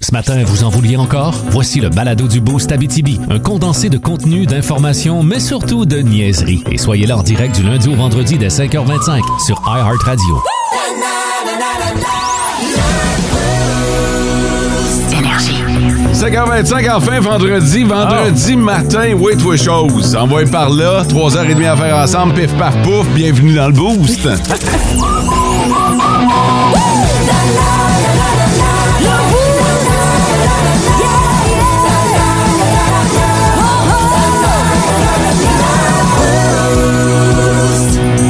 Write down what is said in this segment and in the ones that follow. Ce matin, vous en vouliez encore? Voici le balado du Boost Abitibi, un condensé de contenu, d'informations, mais surtout de niaiseries. Et soyez là en direct du lundi au vendredi dès 5h25 sur iHeartRadio. Énergie. 5h25, enfin, vendredi, vendredi matin, oui, toi, chose. Envoyé par là, 3h30 à faire ensemble, pif, paf, pouf, bienvenue dans le boost.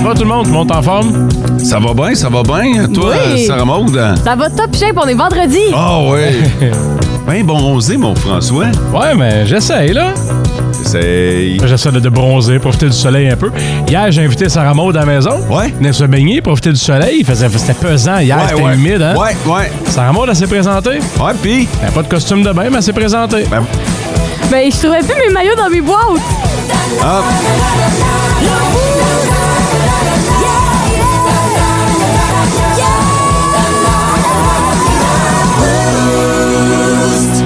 Bon, tout le monde, tu montes en forme? Ça va bien, ça va bien, toi, Oui. Sarah Maud? Ça va top shape, on est vendredi. Ah oui. Ben bronzé, mon François. Ouais, mais j'essaye, là. C'est... J'essaie de, de bronzer, profiter du soleil un peu. Hier, j'ai invité Sarah Maud à la maison. Ouais. Venir se baigner, profiter du soleil. Il faisait- C'était pesant hier, Ouais, c'était ouais. humide, hein? Ouais, ouais. Sarah Maud, elle s'est présentée. Ouais, pis... Elle a pas de costume de bain, mais elle s'est présentée. ben, Ben, je trouvais plus mes maillots dans mes boîtes. ah,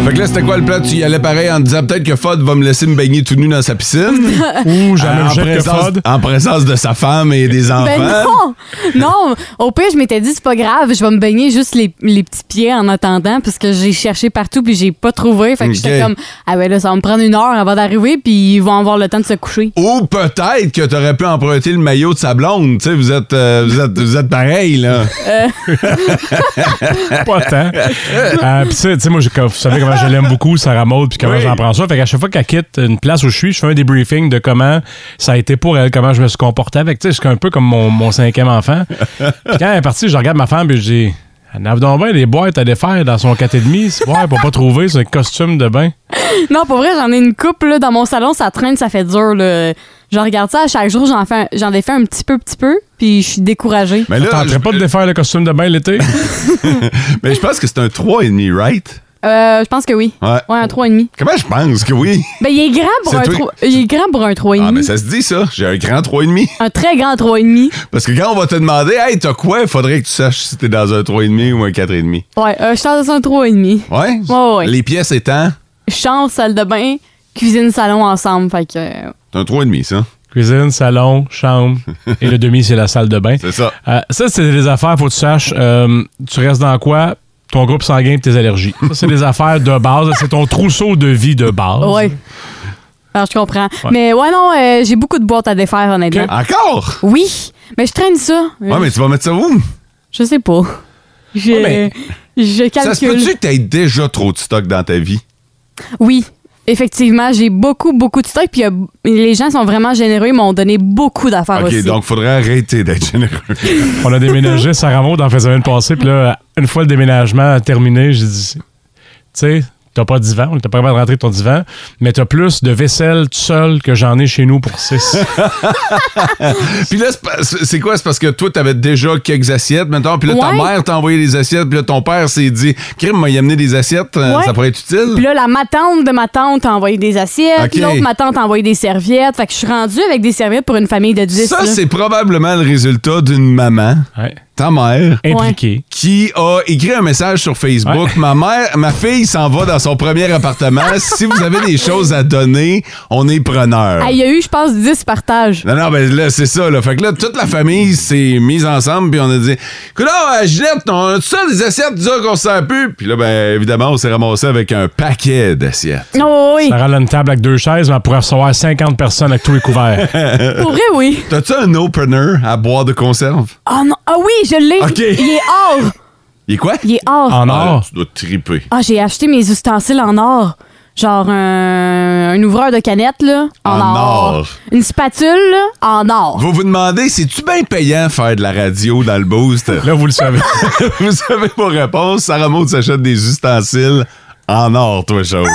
Fait que là, c'était quoi le plan? Tu y allais pareil en te disant peut-être que Fod va me laisser me baigner tout nu dans sa piscine. Ou jamais en, le jet que présence, Fod. en présence de sa femme et des enfants. Ben non! Non! Au pire, je m'étais dit, c'est pas grave, je vais me baigner juste les, les petits pieds en attendant parce que j'ai cherché partout puis j'ai pas trouvé. Fait que j'étais Ok. comme, ah ouais, là, ça va me prendre une heure avant d'arriver puis ils vont avoir le temps de se coucher. Ou peut-être que t'aurais pu emprunter le maillot de sa blonde. Tu sais, vous êtes, euh, vous êtes, vous êtes pareil, là. pas tant. Euh, Puis, tu sais- tu sais, moi, j'ai- vous savez comment je l'aime beaucoup, Sarah Maud, puis comment Oui. j'en prends ça. Fait qu'à chaque fois qu'elle quitte une place où je suis, je fais un débriefing de comment ça a été pour elle, comment je me suis comporté avec. Tu sais, c'est un peu comme mon, mon cinquième enfant. Puis quand elle est partie, je regarde ma femme, puis je dis. Elle n'avait donc bien des boîtes à défaire dans son 4,5. Ouais, pour pas trouver son costume de bain. Non, pour vrai, j'en ai une coupe, là, dans mon salon, ça traîne, ça fait dur, là. Je regarde ça, à chaque jour, j'en fais, un- j'en ai fait un petit peu, petit peu puis je suis découragée. Mais là, T'entrais je, pas de défaire le costume de bain l'été? mais je pense que c'est un 3,5, right? Euh, je pense que oui. Ben. Ouais. Ouais, un 3,5. Comment je pense que oui? Ben, il est grand pour C'est un toi- trois- il est grand pour un 3,5. Ah, mais ça se dit, ça. J'ai un grand 3,5. Un très grand 3,5. Parce que quand on va te demander, hey, t'as quoi? Faudrait que tu saches si t'es dans un 3,5 ou un 4,5. Ouais, euh, je suis dans un 3,5. Ouais? Ouais, ouais. Les pièces étant, Chambre, salle de bain, cuisine, salon ensemble. Fait que. euh, c'est un 3,5, ça. Cuisine, salon, chambre. Et le demi, c'est la salle de bain. C'est ça. Euh, ça, c'est des affaires, faut que tu saches, euh, tu restes dans quoi, ton groupe sanguin et tes allergies. Ça, c'est des affaires de base. C'est ton trousseau de vie de base. Mm-hmm. Ouais. Alors, je comprends. Mais ouais, non, euh, j'ai beaucoup de boîtes à défaire, honnêtement. Encore? Oui, mais je traîne ça. Euh, Ouais, mais tu vas mettre ça où? Je sais pas. Je, Ouais, je Ça se calcule. peut-tu que t'aies déjà trop de stock dans ta vie? oui. Effectivement, j'ai beaucoup, beaucoup de stock. Puis euh, les gens sont vraiment généreux. Ils m'ont donné beaucoup d'affaires OK, aussi. donc faudrait arrêter d'être généreux. On a déménagé, Sarah Maud, en fin de semaine passée. Puis là, une fois le déménagement terminé, j'ai dit, tu sais, t'as pas de divan, on était pas capable de rentrer ton divan, mais t'as plus de vaisselle tout seul que j'en ai chez nous pour six. Puis là, c'est pas- c'est c'est quoi? C'est parce que toi, t'avais déjà quelques assiettes, maintenant. Puis là, ta Ouais. mère t'a envoyé des assiettes. Puis là, ton père s'est dit, Crime m'a y amené des assiettes. euh, Ouais. Ça pourrait être Puis utile. là, la ma tante de ma tante a envoyé des assiettes. OK. L'autre, ma tante a envoyé des serviettes. Fait que je suis rendue avec des serviettes pour une famille de 10. Ça, là. c'est probablement le résultat d'une maman, Ouais. ta mère, Impliqué. qui a écrit un message sur Facebook. Ma mère, ma fille s'en va dans son premier appartement. si vous avez des choses à donner, on est preneur. Ah, il y a eu, je pense, 10 partages. Non, non, ben là, c'est ça, là. Fait que là, toute la famille s'est mise ensemble, puis on a dit, là, euh, Ginette, on a tout ça, des assiettes, disons qu'on se sert plus. Puis là, ben, évidemment, on s'est ramassé avec un paquet d'assiettes. Oh, oui, Sarah a une table avec deux chaises, mais elle pourrait recevoir 50 personnes avec tous les couverts. pour vrai, oui. T'as-tu un opener à boire de conserve? Ah non. Ah oui, je l'ai. OK. Il est or. Il est quoi? Il est or. En Ah, or. tu dois triper. Ah, j'ai acheté mes ustensiles en or. Genre un, un ouvreur de canette, là. En, En or. or. Une spatule, là, en or. Vous vous demandez, c'est-tu bien payant faire de la radio dans le boost? Là, vous le savez. vous savez vos réponses. Sarah Maud s'achète des ustensiles en or, toi, chose.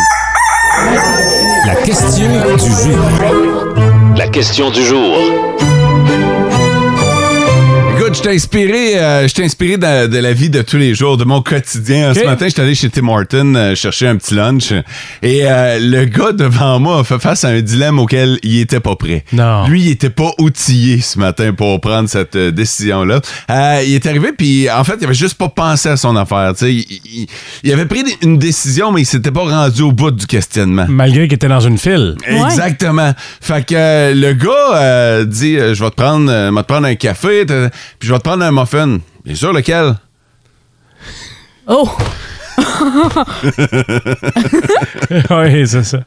La question du jour. La question du jour. Écoute, Écoute, je t'ai inspiré, euh, je t'ai inspiré de, de la vie de tous les jours, de mon quotidien. Ok. Ce matin, je suis allé chez Tim Horton euh, chercher un petit lunch et euh, le gars devant moi a fait face à un dilemme auquel il était pas prêt. Non. Lui, il était pas outillé ce matin pour prendre cette euh, décision-là. Euh, il est arrivé puis en fait, il avait juste pas pensé à son affaire. tu sais. Il, il- il avait pris une décision, mais il s'était pas rendu au bout du questionnement. Malgré qu'il était dans une file. Ouais. Exactement. Fait que euh, le gars euh, dit euh, je vais te prendre euh, je vais te prendre un café t- puis je vais te prendre un muffin. Bien sûr lequel Oh! oui, c'est ça.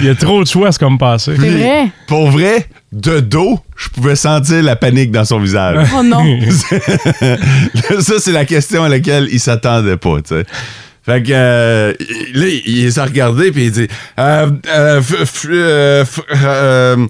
Il y a trop de choix, ce comme passé. C'est vrai? Pour vrai, de dos, je pouvais sentir la panique dans son visage. Oh non! Ça c'est la question à laquelle il s'attendait pas, tu sais. Fait que euh, il- là, il il les a regardés puis il dit Euh, euh, f- f- euh, f- euh,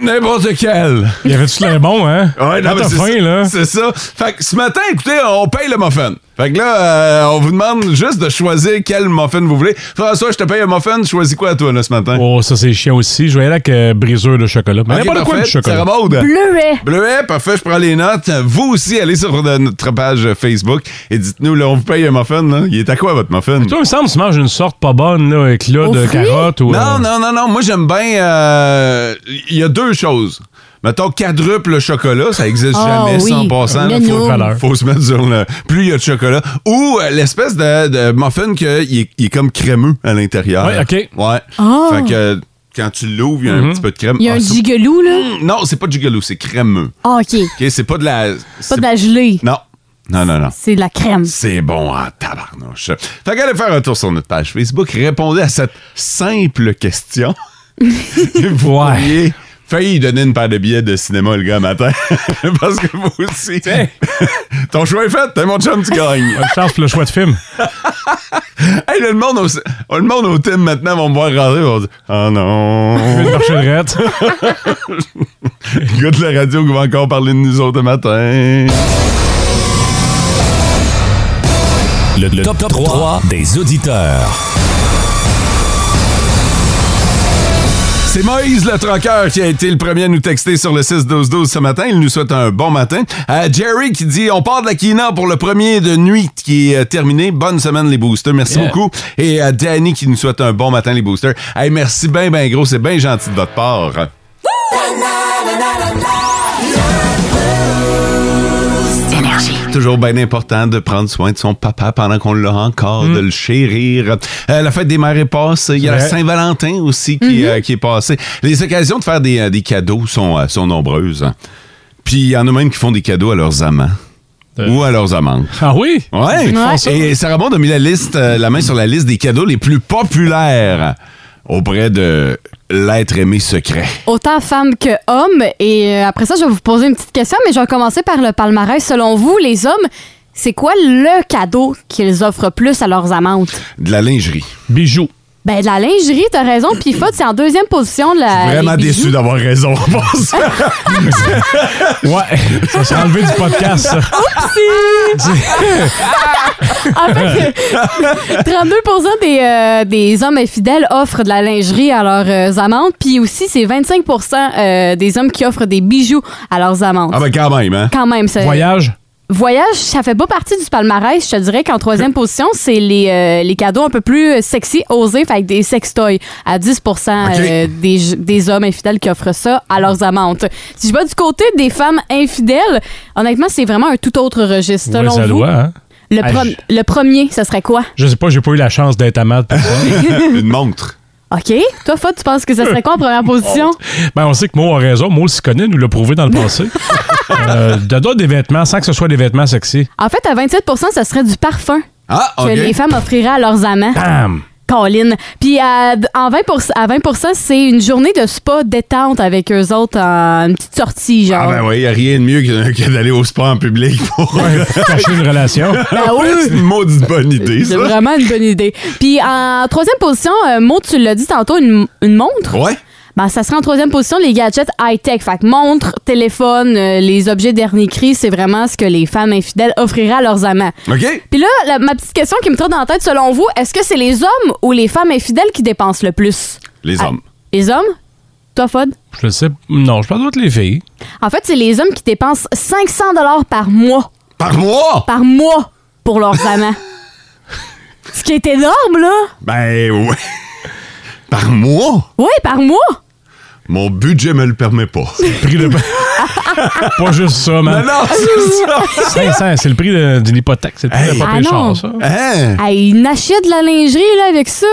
n'importe quel. Il y avait tout l'air bon, hein? Ouais, non, Quand mais t'as c'est faim, ça, là. C'est ça. Fait que ce matin, écoutez, on paye le muffin. Fait que là, euh, on vous demande juste de choisir quel muffin vous voulez. François, je te paye un muffin, tu choisis quoi toi là, ce matin? Oh, ça, c'est chiant aussi. Je vais aller avec euh, briseur de chocolat. Mais Ok, n'importe quoi parfait. de chocolat. Sarah Maud. Bleuet! Bleuet, parfait, je prends les notes. Vous aussi, allez sur de- notre page Facebook et dites-nous, là, on vous paye un muffin, là. Il est à quoi votre muffin? Toi, il me semble que tu manges une sorte pas bonne, là, éclat Aux de fruits? carottes ou. euh, Non, non, non, non. Moi, j'aime bien. euh, Il y a deux choses. Mettons, quadruple chocolat, ça existe Ah jamais, oui. 100%. là, Miam, faut, miam. faut se mettre sur le. Plus il y a de chocolat. Ou euh, l'espèce de, de muffin qu'il est, il est comme crémeux à l'intérieur. Ouais, OK. Mm-hmm. Ouais. Ah. Fait que quand tu l'ouvres, il y a un petit peu de crème. Il y a Ah, un c'est- gigolou, là? Non, c'est pas du galo, c'est crémeux. Ah, OK. OK, c'est pas de la. Pas c'est- de la gelée. Non. Non, non, non. C'est de la crème. C'est bon en tabarnouche. Fait qu'allez faire un tour sur notre page Facebook, répondez à cette simple question. Et vous Ouais. pourriez failli donner une paire de billets de cinéma le gars matin. Parce que vous aussi. Ton choix est fait, t'es mon chum, tu gagnes. Bonne chance pour le choix de film. hey, là, le monde au, on- le monde au team maintenant vont me voir rentrer, vont dire Oh non. Une marcherette. le gars de la radio qui va encore parler de nous autres le matin. Le, le top, 3 des auditeurs. C'est Moïse le troqueur qui a été le premier à nous texter sur le 6-12-12 ce matin. Il nous souhaite un bon matin. Euh, Jerry qui dit On part de la Kina pour le premier de nuit qui est euh, terminé. Bonne semaine, les boosters. Merci Yeah. beaucoup. Et euh, Danny qui nous souhaite un bon matin, les boosters. Hey, merci bien, bien gros. C'est bien gentil de votre part. Toujours bien important de prendre soin de son papa pendant qu'on l'a encore, de le chérir. Euh, la fête des mères est passée. Il y a la Ouais. Saint-Valentin aussi qui, euh, qui est passée. Les occasions de faire des, euh, des cadeaux sont, euh, sont nombreuses. Puis il y en a même qui font des cadeaux à leurs amants. Euh. Ou à leurs amantes. Ah oui? Ouais. Ouais. Et Sarah Maud a mis la, liste, euh, la main sur la liste des cadeaux les plus populaires auprès de l'être aimé secret. Autant femme que homme. Et euh, après ça, je vais vous poser une petite question, mais je vais commencer par le palmarès. Selon vous, les hommes, c'est quoi le cadeau qu'ils offrent plus à leurs amantes? De la lingerie. Bijoux. Ben, de la lingerie, t'as raison. Puis Fod, c'est en deuxième position. de La, Vraiment les bijoux. déçu d'avoir raison. je pense. Ouais. Ça s'est enlevé du podcast, ça. En fait, 32 des, euh, des hommes infidèles offrent de la lingerie à leurs euh, amantes. Puis aussi, c'est 25 euh, des hommes qui offrent des bijoux à leurs amantes. ah ben quand même, hein? Quand même, ça. Voyage. Voyage, ça fait pas partie du palmarès. Je te dirais qu'en troisième position, c'est les, euh, les cadeaux un peu plus sexy, osés, fait avec des sextoys à 10 euh, des, des hommes infidèles qui offrent ça à leurs amantes. Si je vais du côté des femmes infidèles, honnêtement, c'est vraiment un tout autre registre. Ouais, Selon ça vous, doit, hein? le, Ah, prom- le premier, ce serait quoi? Je sais pas, j'ai pas eu la chance d'être amade pour ça. Une montre. OK. Toi, Fod, tu penses que ce serait quoi en première Oh. position? Ben, on sait que Mo a raison. Mo s'y connaît, nous l'a prouvé dans le passé. Euh, de d'autres des vêtements, sans que ce soit des vêtements sexy. En fait, à 27 ce serait du parfum Ah, que OK. les femmes offriraient à leurs amants. Bam! Colin. Puis à, en 20 à 20 c'est une journée de spa détente avec eux autres, en, une petite sortie, genre. Ah ben oui, y a rien de mieux que, que d'aller au spa en public pour euh, Ouais, pour cacher une relation. Ben oui. Ah C'est une maudite bonne idée, C'est ça. vraiment une bonne idée. Puis en troisième position, euh, Maud, tu l'as dit tantôt, une, une montre. Ouais. Ben, ça serait en troisième position les gadgets high-tech. Fait que montre, téléphone, euh, les objets dernier cri, c'est vraiment ce que les femmes infidèles offriraient à leurs amants. OK. Puis là, la- ma petite question qui me trotte dans la tête, selon Ah. vous, est-ce que c'est les hommes ou les femmes infidèles qui dépensent le plus? Les hommes. Les hommes? Toi, Fod? Je le sais. Non, je parle d'autres les filles. En fait, c'est les hommes qui dépensent 500 dollars par mois, Par mois! par mois, pour leurs amants. Ce qui est énorme, là! Ben oui. Par mois? Oui, par mois! Mon budget me le permet pas. Prix de... pas juste ça, non, Ah, man. non, c'est ça! 500, c'est le prix de- d'une hypothèque. C'est le prix Hey. de pas Ah payer non. cher, ça. Hein? Hey, ils n'achètent de la lingerie, là, avec ça!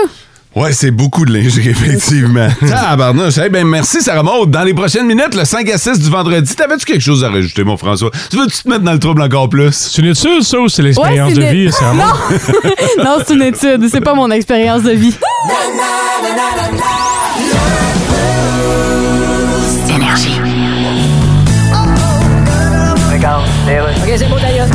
Ouais, c'est beaucoup de lingerie, effectivement. Ah, barnouche. Eh ben, merci, Sarah Maud. Dans les prochaines minutes, le 5 à 6 du vendredi, t'avais-tu quelque chose à rajouter, mon François? Tu veux-tu te mettre dans le trouble encore plus? C'est une étude, ça, ou c'est l'expérience Ouais, c'est de une- vie? C'est vraiment- Non! non, c'est une étude, c'est pas mon expérience de vie. Regarde, les Russes.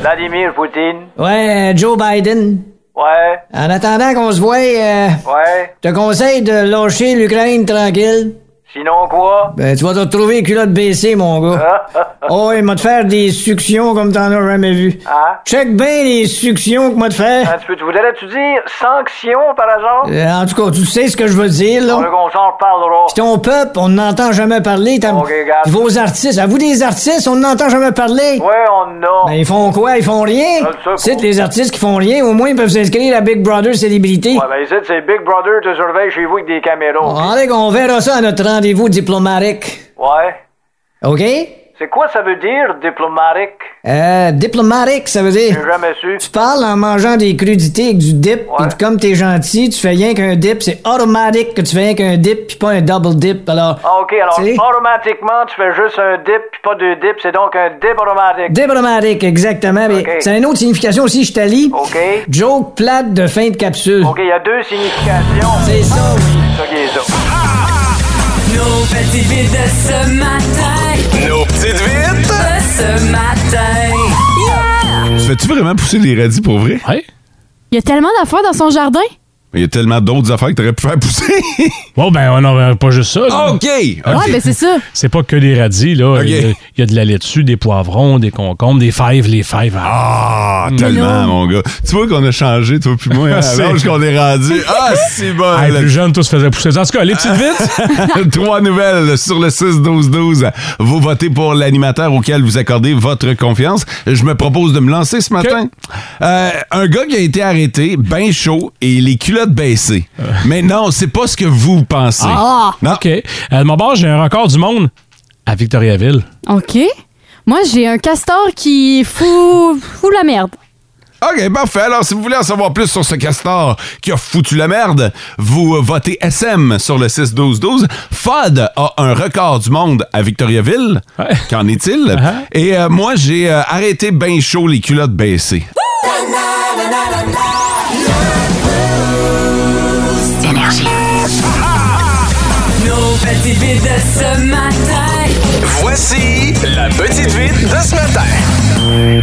Vladimir Poutine. Ouais, euh, Joe Biden. Ouais, En attendant qu'on se voie, euh, ouais. je te conseille de lâcher l'Ukraine tranquille. Sinon quoi? Ben, tu vas te retrouver culotte baissée, mon gars. Oh, il m'a te faire des suctions comme t'en as jamais vu. Hein? Check bien les suctions que m'a te Un faire. petit peu, tu voudrais-tu dire sanction par hasard? Euh, en tout cas, tu sais ce que je veux dire, On là. qu'on s'en reparlera. Pis ton peuple, on n'entend jamais parler. t'as- Ok, garde. Vos artistes, à vous des artistes, on n'entend jamais parler. Ouais, on Ben, a. ils font quoi? Ils font rien? Je le sais pas. C'est les artistes qui font rien, au moins ils peuvent s'inscrire à Big Brother Célébrité. Ouais, ben ici, c'est Big Brother te surveille chez vous avec des caméras. Allez, on verra ça à notre rendez-vous diplomatique. Ouais. OK? C'est quoi ça veut dire, diplomatique? Euh, diplomatique, ça veut J'ai dire. jamais su. Tu parles en mangeant des crudités avec du dip, Ouais. et comme t'es gentil, tu fais rien qu'un dip. C'est automatique que tu fais rien qu'un dip, puis pas un double dip. Alors, Ah, ok, alors Tu sais. automatiquement, tu fais juste un dip puis pas deux dips, c'est donc un dip automatique. diplomatique, exactement. Mais Ok. c'est une autre signification aussi, je t'allie. Ok. Joke plate de fin de capsule. Ok, il y a deux significations. C'est ça, oui. C'est ça qui est ça. Nos petites vites de ce matin, Nos petites vites! de ce matin. Yeah! Tu fais-tu vraiment pousser les radis pour vrai? Ouais. Il y a tellement d'affaires dans son jardin! Il y a tellement d'autres affaires que t'aurais pu faire pousser. Bon, ben, on n'aurait pas juste ça. là. Ah, Ouais, ben c'est ça! C'est pas que des radis, là. Ok. Il, y a, il y a de la laitue, des poivrons, des concombres, des fèves, les fèves. Ah, Ah, tellement, non. mon gars. Tu vois qu'on a changé, toi puis moi, hein, à C'est- l'âge qu'on est rendu. Ah, c'est bon! hey, là. plus jeune, tout se faisait pousser. En tout cas, les petites vites. Trois nouvelles sur le 6-12-12. Vous votez pour l'animateur auquel vous accordez votre confiance. Je me propose de me lancer ce matin. Euh, un gars qui a été arrêté, ben chaud, et les culottes baissées. Mais non, c'est pas ce que vous pensez. Ah! non. OK. Euh, À mon bord, j'ai un record du monde à Victoriaville. OK. Moi, j'ai un castor qui fout, fout la merde. OK, parfait. Alors, si vous voulez en savoir plus sur ce castor qui a foutu la merde, vous euh, votez SM sur le 6-12-12. Fod a un record du monde à Victoriaville. Ouais. Qu'en est-il? Et euh, moi, j'ai euh, arrêté ben chaud les culottes baissées. Nos petites vites de ce matin. Voici la petite vite de ce matin.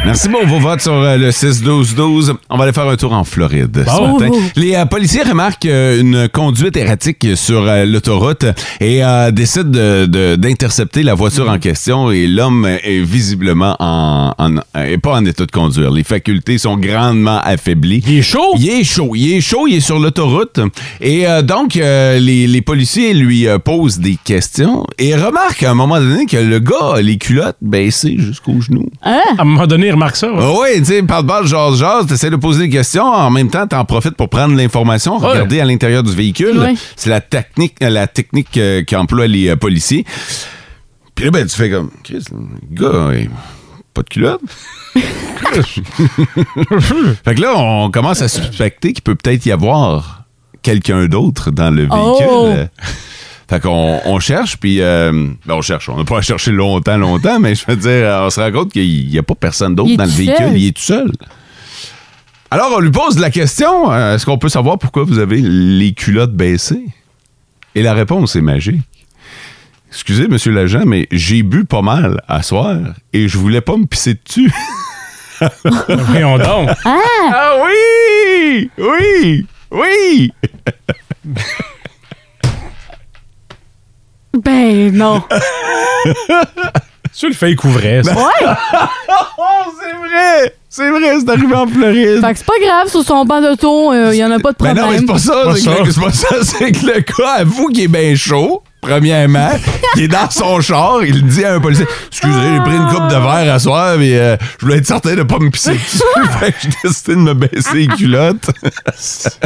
Merci pour vos votes sur euh, le 6-12-12. On va aller faire un tour en Floride ce Bon. matin. Oh. Les euh, policiers remarquent euh, une conduite erratique sur euh, l'autoroute et euh, décident de- de- d'intercepter la voiture en question et l'homme est visiblement en, en- est pas en état de conduire. Les facultés sont grandement affaiblies. Il est chaud. Il est chaud, il est chaud, il est sur l'autoroute. Et euh, donc, euh, les, les policiers lui euh, posent des questions et remarquent à un moment donné que le gars a les culottes baissées jusqu'aux genoux. Hein? À un moment donné, il remarque ça. ouais. Ah ouais, tu sais, parle-parle, jase, jase, t'essaies de poser des questions, en même temps, t'en profites pour prendre l'information, regarder à l'intérieur du véhicule. Ouais. C'est la technique, la technique euh, qu'emploient les euh, policiers. Puis là, ben, tu fais comme, Chris, le gars, il- pas de culotte. fait que là, on commence à suspecter qu'il peut peut-être y avoir quelqu'un d'autre dans le véhicule. Oh! Fait qu'on on cherche, puis... euh, ben, on cherche. On n'a pas à chercher longtemps, longtemps, mais je veux dire, on se rend compte qu'il n'y a pas personne d'autre Il est dans le tout véhicule. seul. Il est tout seul. Alors, on lui pose la question, euh, est-ce qu'on peut savoir pourquoi vous avez les culottes baissées? Et la réponse est magique. Excusez, monsieur l'agent, mais j'ai bu pas mal à soir et je voulais pas me pisser dessus. Voyons donc. Ah oui! Oui! Oui! Ben non. Tu le fais couvrait, ça. Oh, c'est vrai! C'est vrai, c'est arrivé en Floride. Fait que c'est pas grave, sur son banc d'auto, euh, il y en a pas de Ben problème. non, mais c'est pas ça. Pas C'est que, ça. le- c'est pas ça. C'est que le cas, avoue qu'il est bien chaud. premièrement, qui est dans son char, il dit à un policier Excusez, j'ai pris une coupe de verre à soir, mais euh, je voulais être certain de pas me pisser dessus. Fait que j'ai décidé de me baisser les culottes.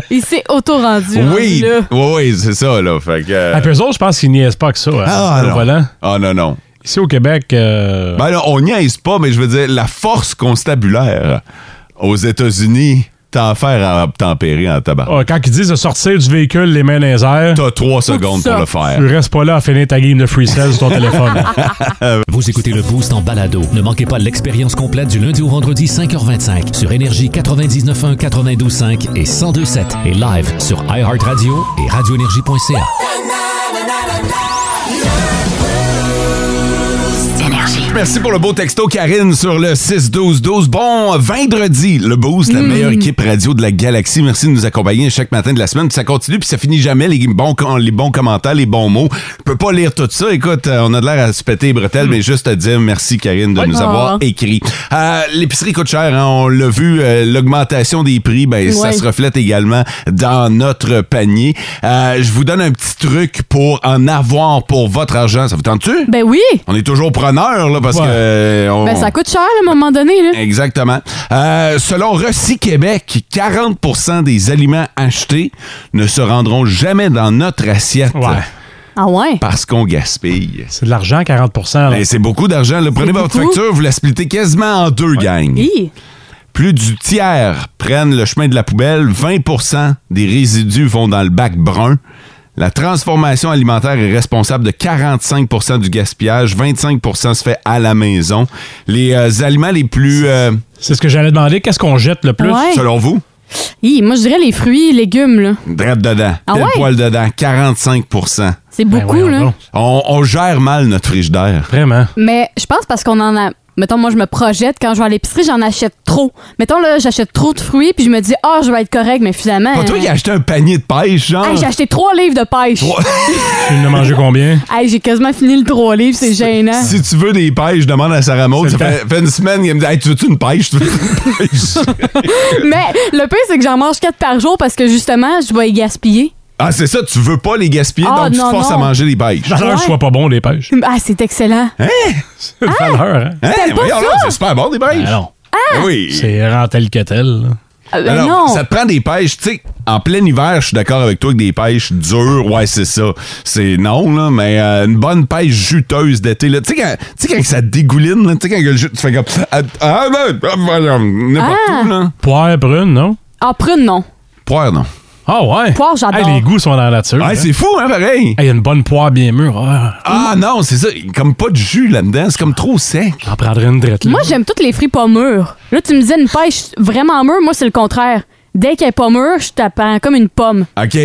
Il s'est auto-rendu. rendu oui, là. oui, oui, c'est ça, là. Fait que. euh, Ah, puis eux autres, je pense qu'ils niaisent pas que ça. ah, hein, au non. volant. Ah, non, non. Ici au Québec, euh, Ben là, on niaise pas, mais je veux dire, la force constabulaire aux États-Unis, t'en faire à tempérer en tabac. ah, quand ils disent de sortir du véhicule les mains dans les airs, T'as trois secondes pour le tu faire. restes pas là à finir ta game de freestyle sur ton téléphone. Vous écoutez le Boost en balado. Ne manquez pas l'expérience complète du lundi au vendredi 5h25 sur Énergie 99.1, 92.5 et 102.7 et live sur iHeartRadio et radioénergie.ca. Merci pour le beau texto, Karine, sur le 6-12-12. Bon, vendredi, le Boost, Mm. la meilleure équipe radio de la galaxie. Merci de nous accompagner chaque matin de la semaine. Puis ça continue, puis ça finit jamais, les bons, com- les bons commentaires, les bons mots. Je peux pas lire tout ça. Écoute, euh, on a de l'air à se péter les bretelles, mais juste à dire merci, Karine, de nous Mm. Ah. avoir écrit. Euh, L'épicerie coûte cher, hein, on l'a vu, euh, l'augmentation des prix, ben, ça Ouais. se reflète également dans notre panier. Euh, Je vous donne un petit truc pour en avoir pour votre argent. Ça vous tente-tu? Ben oui! On est toujours preneur là parce Ouais. que euh, on- Ben ça coûte cher, là, à un moment donné. Là. Exactement. Euh, selon Recy Québec, 40 des aliments achetés ne se rendront jamais dans notre assiette Ouais. Ah ouais? parce qu'on gaspille. C'est de l'argent, 40 là. Ben, c'est beaucoup d'argent. là. Prenez C'est votre beaucoup. facture, vous la splittez quasiment en deux gangs. Hi. Plus du tiers prennent le chemin de la poubelle, 20 des résidus vont dans le bac brun. La transformation alimentaire est responsable de 45 du gaspillage, 25 se fait à la maison. Les euh, aliments les plus, euh, C'est ce que j'allais demander. Qu'est-ce qu'on jette le plus? Ouais. selon vous, Hi, Moi, je dirais les fruits et légumes. là. drette dedans, Ah tel ouais? poil dedans, 45 C'est Ben, beaucoup. voyons là. donc. on, on gère mal notre frigidaire. Vraiment. Mais je pense parce qu'on en a. Mettons, moi, je me projette. Quand je vais à l'épicerie, j'en achète trop. Mettons, là, j'achète trop de fruits, puis je me dis, ah, je vais être correct, mais finalement. Pas toi qui euh, as acheté un panier de pêche, genre? hey, j'ai acheté trois livres de pêche. Tu en as mangé combien? Hey, j'ai quasiment fini le trois livres, c'est gênant. Si tu veux des pêches, demande à Sarah Maud. Ça C'est le fait, fait une semaine qu'elle me dit Hey, tu veux-tu une pêche? Tu veux une pêche? Mais le pire, c'est que j'en mange quatre par jour parce que justement, je vais y gaspiller. Ah, c'est ça, tu veux pas les gaspiller, Ah, donc tu te non, forces non. à manger les pêches. J'adore que je sois pas bon des pêches. Ah, c'est excellent. C'est Ah! une valeur, hein? Hein? T'aimes pas Voyons ça? donc, c'est super bon des pêches. Ben non. Ben oui. C'est rend tel que tel. là. Ah, ben Ben non, non. Ça te prend des pêches, tu sais, en plein hiver, je suis d'accord avec toi que des pêches dures, ouais, c'est ça. C'est non, là, mais euh, une bonne pêche juteuse d'été, là. Tu sais, quand, tu sais, quand ça dégouline, là, tu sais, quand le jus, tu fais comme. Ah, ah, ben, ah, voilà, n'importe Ah. où, là. Poire brune, non? Ah, prune, non. Poire, non. Ah ouais. Poire, j'adore. Hey, les goûts sont dans la nature. Ouais, hein? c'est fou, hein, pareil. Hey, y a une bonne poire bien mûre. Ah, Ah, non, c'est ça. Comme pas de jus là-dedans, c'est comme trop sec. J'en prendrais une drette là. Moi, j'aime toutes les fruits pas mûrs. Là, tu me disais une pêche vraiment mûre. Moi, c'est le contraire. Dès qu'elle est pas mûre, je t'apprends comme une pomme. OK.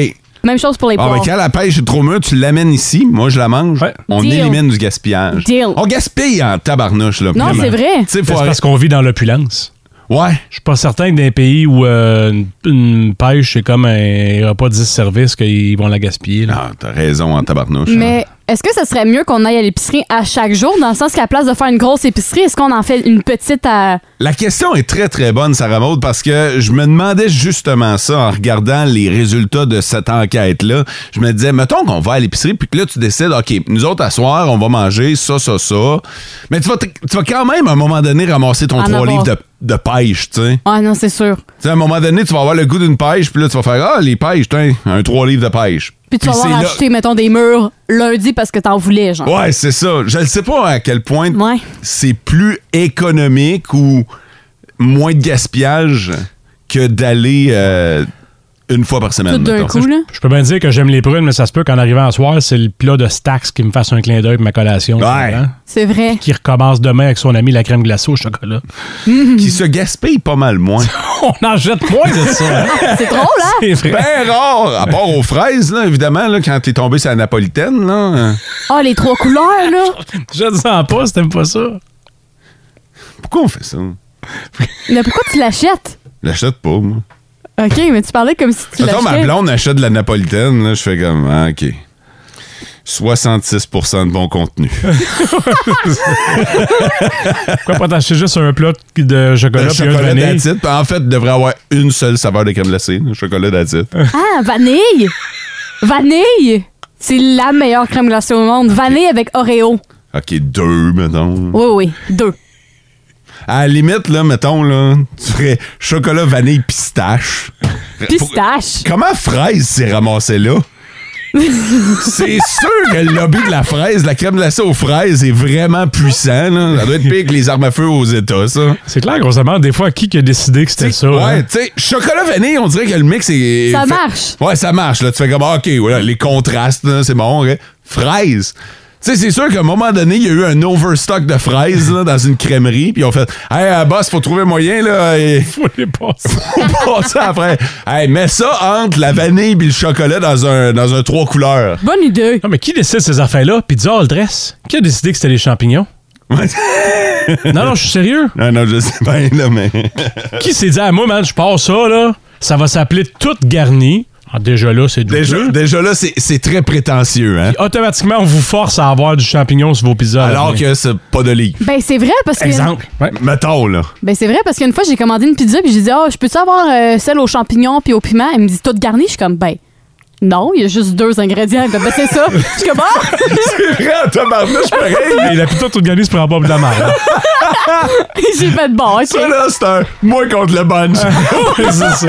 Même chose pour les Ah, poires. ben, quand la pêche est trop mûre, tu l'amènes ici. Moi, je la mange. Ouais. On Deal. élimine du gaspillage. Deal. On gaspille en tabarnouche, là. Non, vraiment. c'est vrai. Tu sais, C'est faut arrêter- parce qu'on vit dans l'opulence. Ouais. Je suis pas certain que dans les pays où euh, une, une pêche, c'est comme un repas 10 services qu'ils vont la gaspiller. là. Ah, t'as raison en tabarnouche. hein. Mais est-ce que ça serait mieux qu'on aille à l'épicerie à chaque jour, dans le sens qu'à place de faire une grosse épicerie, est-ce qu'on en fait une petite à. La question est très, très bonne, Sarah Maud, parce que je me demandais justement ça en regardant les résultats de cette enquête-là. Je me disais, mettons qu'on va à l'épicerie, puis que là, tu décides, OK, nous autres, à soir, on va manger ça, ça, ça. Mais tu vas, t- tu vas quand même, à un moment donné, ramasser ton En trois avoir. livres de, de pêche, tu sais. Ah non, c'est sûr. Tu sais, à un moment donné, tu vas avoir le goût d'une pêche, puis là, tu vas faire, ah, les pêches, tiens, un trois livres de pêche. Puis tu vas c'est avoir là- acheté, mettons, des murs lundi parce que t'en voulais, genre. Ouais, c'est ça. Je ne sais pas à quel point Ouais. c'est plus économique ou moins de gaspillage que d'aller euh, une fois par Tout semaine. d'un mettons. coup, là. Je peux bien dire que j'aime les prunes, mais ça se peut qu'en arrivant à soir, c'est le plat de Stax qui me fasse un clin d'œil pour ma collation. tu Ouais. comprends? C'est vrai. Qui recommence demain avec son ami la crème glacée au chocolat. Qui se gaspille pas mal moins. On en jette moins de ça. hein? C'est drôle, hein? C'est vrai. Ben rare! À part aux fraises, là, évidemment, là, quand t'es tombé sur la napolitaine. Là. Ah, les trois couleurs, là. Je ne sens pas si t'aimes pas ça. Pourquoi on fait ça? Mais pourquoi tu l'achètes? Je l'achète pas, moi. OK, mais tu parlais comme si tu Mettons, ma l'achetais. blonde achète de la napolitaine, là, je fais comme, ah, OK. 66 de bon contenu. Pourquoi pas t'acheter juste un plat de chocolat Le Ben puis un de chocolat vanille? d'attitude. En fait, devrait avoir une seule saveur de crème glacée, le chocolat d'attitude. Ah, vanille! Vanille! C'est la meilleure crème glacée au monde. Vanille avec Oreo. OK, deux, mettons. Oui, oui, deux. À la limite, là, mettons, là, tu ferais chocolat, vanille, pistache. Pistache. Comment fraise s'est ramassée là? C'est sûr que le lobby de la fraise, la crème glacée aux fraises est vraiment puissant. Là. Ça doit être pire que les armes à feu aux États, ça. C'est clair, grossièrement, des fois, qui qui a décidé que c'était ça? ouais, hein? tu sais, chocolat vanille, on dirait que le mix est. Ça fait- marche. Ouais, ça marche. Là, tu fais comme, ah, OK, voilà, les contrastes, là, c'est bon. hein. Fraises. Tu sais, c'est sûr qu'à un moment donné, il y a eu un overstock de fraises là, dans une crèmerie, puis ils ont fait, hey, euh, boss, faut trouver moyen, là. Et... Faut les passer. Faut passer après. Hey, mets ça entre la vanille et le chocolat dans un, dans un trois couleurs. Bonne idée. Non, mais qui décide ces affaires-là? Puis disons, le dress. Qui a décidé que c'était les champignons? Ouais. Non, non, je suis sérieux. non, non, je sais bien, là, mais. Qui s'est dit à moi, man, je passe ça, là, ça va s'appeler toute garnie. Ah, déjà là, c'est douteux. Déjà, déjà là, c'est c'est très prétentieux, hein. Automatiquement, on vous force à avoir du champignon sur vos pizzas. Alors que c'est pas de livre. Ben c'est vrai parce que Exemple. Ouais. Mettons, là. ben c'est vrai parce qu'une fois j'ai commandé une pizza puis j'ai dit "Ah, je peux tu avoir euh, celle aux champignons puis au piment Elle me dit toute garnie, je suis comme ben non, il y a juste deux ingrédients. Elle me dit, Ben, c'est ça. Je suis comme, ah! C'est vrai, en tabarnouche, pareil. Mais la pizza toute garnie se prend pas pour de la merde. J'ai fait bon, OK. Ça, là, c'est un moi contre le bunch. c'est ça.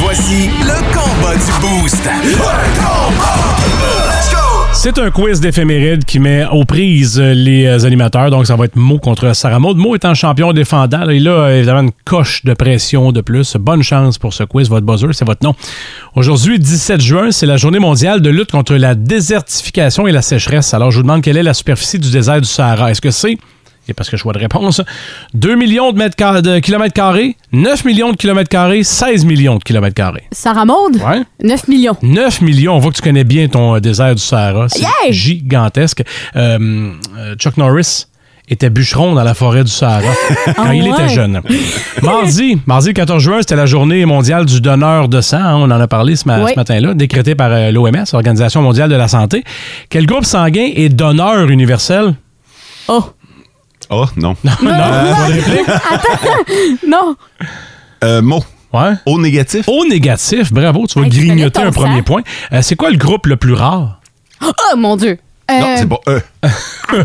Voici le combat du Boost. C'est un quiz d'éphéméride qui met aux prises euh, les euh, animateurs. Donc, ça va être Mo contre Sarah Maud. Mo étant champion défendant, là, il a euh, évidemment une coche de pression de plus. Bonne chance pour ce quiz. Votre buzzer, c'est votre nom. Aujourd'hui, 17 juin, c'est la journée mondiale de lutte contre la désertification et la sécheresse. Alors, je vous demande quelle est la superficie du désert du Sahara. Est-ce que c'est, et parce que je vois de réponse, 2 millions de, mètres car- de kilomètres carrés, 9 millions de kilomètres carrés, 16 millions de kilomètres carrés? Sarah Maud, Ouais. 9 millions. 9 millions. On voit que tu connais bien ton euh, désert du Sahara. C'est Yeah! gigantesque. Euh, euh, Chuck Norris était bûcheron dans la forêt du Sahara quand Ah il était ouais? jeune. Mardi, mardi le 14 juin, c'était la journée mondiale du donneur de sang. hein. on en a parlé ce, ma- Oui. ce matin-là, décrétée par euh, l'OMS, Organisation mondiale de la santé. Quel groupe sanguin est donneur universel? Oh. Oh, non. non, pas de réplique. Non. Euh, mot. Ouais. Au négatif. Euh, Au négatif, bravo, tu vas Hey, tu connais grignoter ton un premier sang. point. Euh, c'est quoi le groupe le plus rare? Oh, mon Dieu. Euh, Non, c'est pas E. Attends,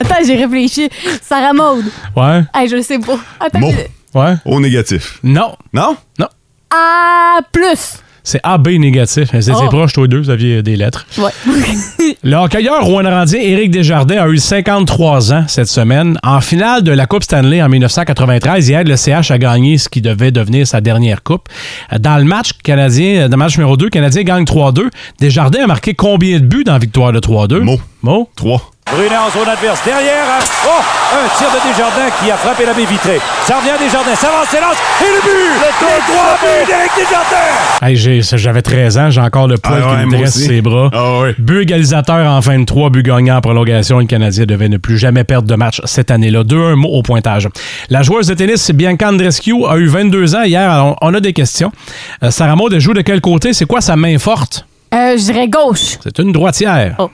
Attends, j'ai réfléchi. Sarah Maud. Ouais. Hey, je le sais pas. Attends. Mot. je- Ouais. Au négatif. Non. Non? Non. Ah, plus. C'est AB négatif. C'est Oh. proche, toi deux, vous aviez euh, des lettres. Ouais. Le hockeyeur rwandien Éric Desjardins a eu 53 ans cette semaine. En finale de la Coupe Stanley en 1993, il aide le CH à gagner ce qui devait devenir sa dernière Coupe. Dans le match canadien, euh, dans le match numéro 2, le Canadien gagne 3-2. Desjardins a marqué combien de buts dans la victoire de 3-2? Mo. Mo? 3. Brunet en zone adverse. Derrière, hein? oh, un tir de Desjardins qui a frappé la baie vitrée. Ça revient à Desjardins, ça lance, ça lance, et le but! Le trois buts d'Éric Desjardins! Hey, j'ai- J'avais 13 ans, j'ai encore le poil Ah ouais, qui me moi dresse aussi. ses bras. Ah ouais. But égalisateur en fin de 3, but gagnant en prolongation. Le Canadien devait ne plus jamais perdre de match cette année-là. 2-1 mot au pointage. La joueuse de tennis Bianca Andreescu a eu 22 ans hier. Alors, on a des questions. Euh, Sarah Maud, elle joue de quel côté? C'est quoi sa main forte? Euh, je dirais gauche. C'est une droitière. Oh.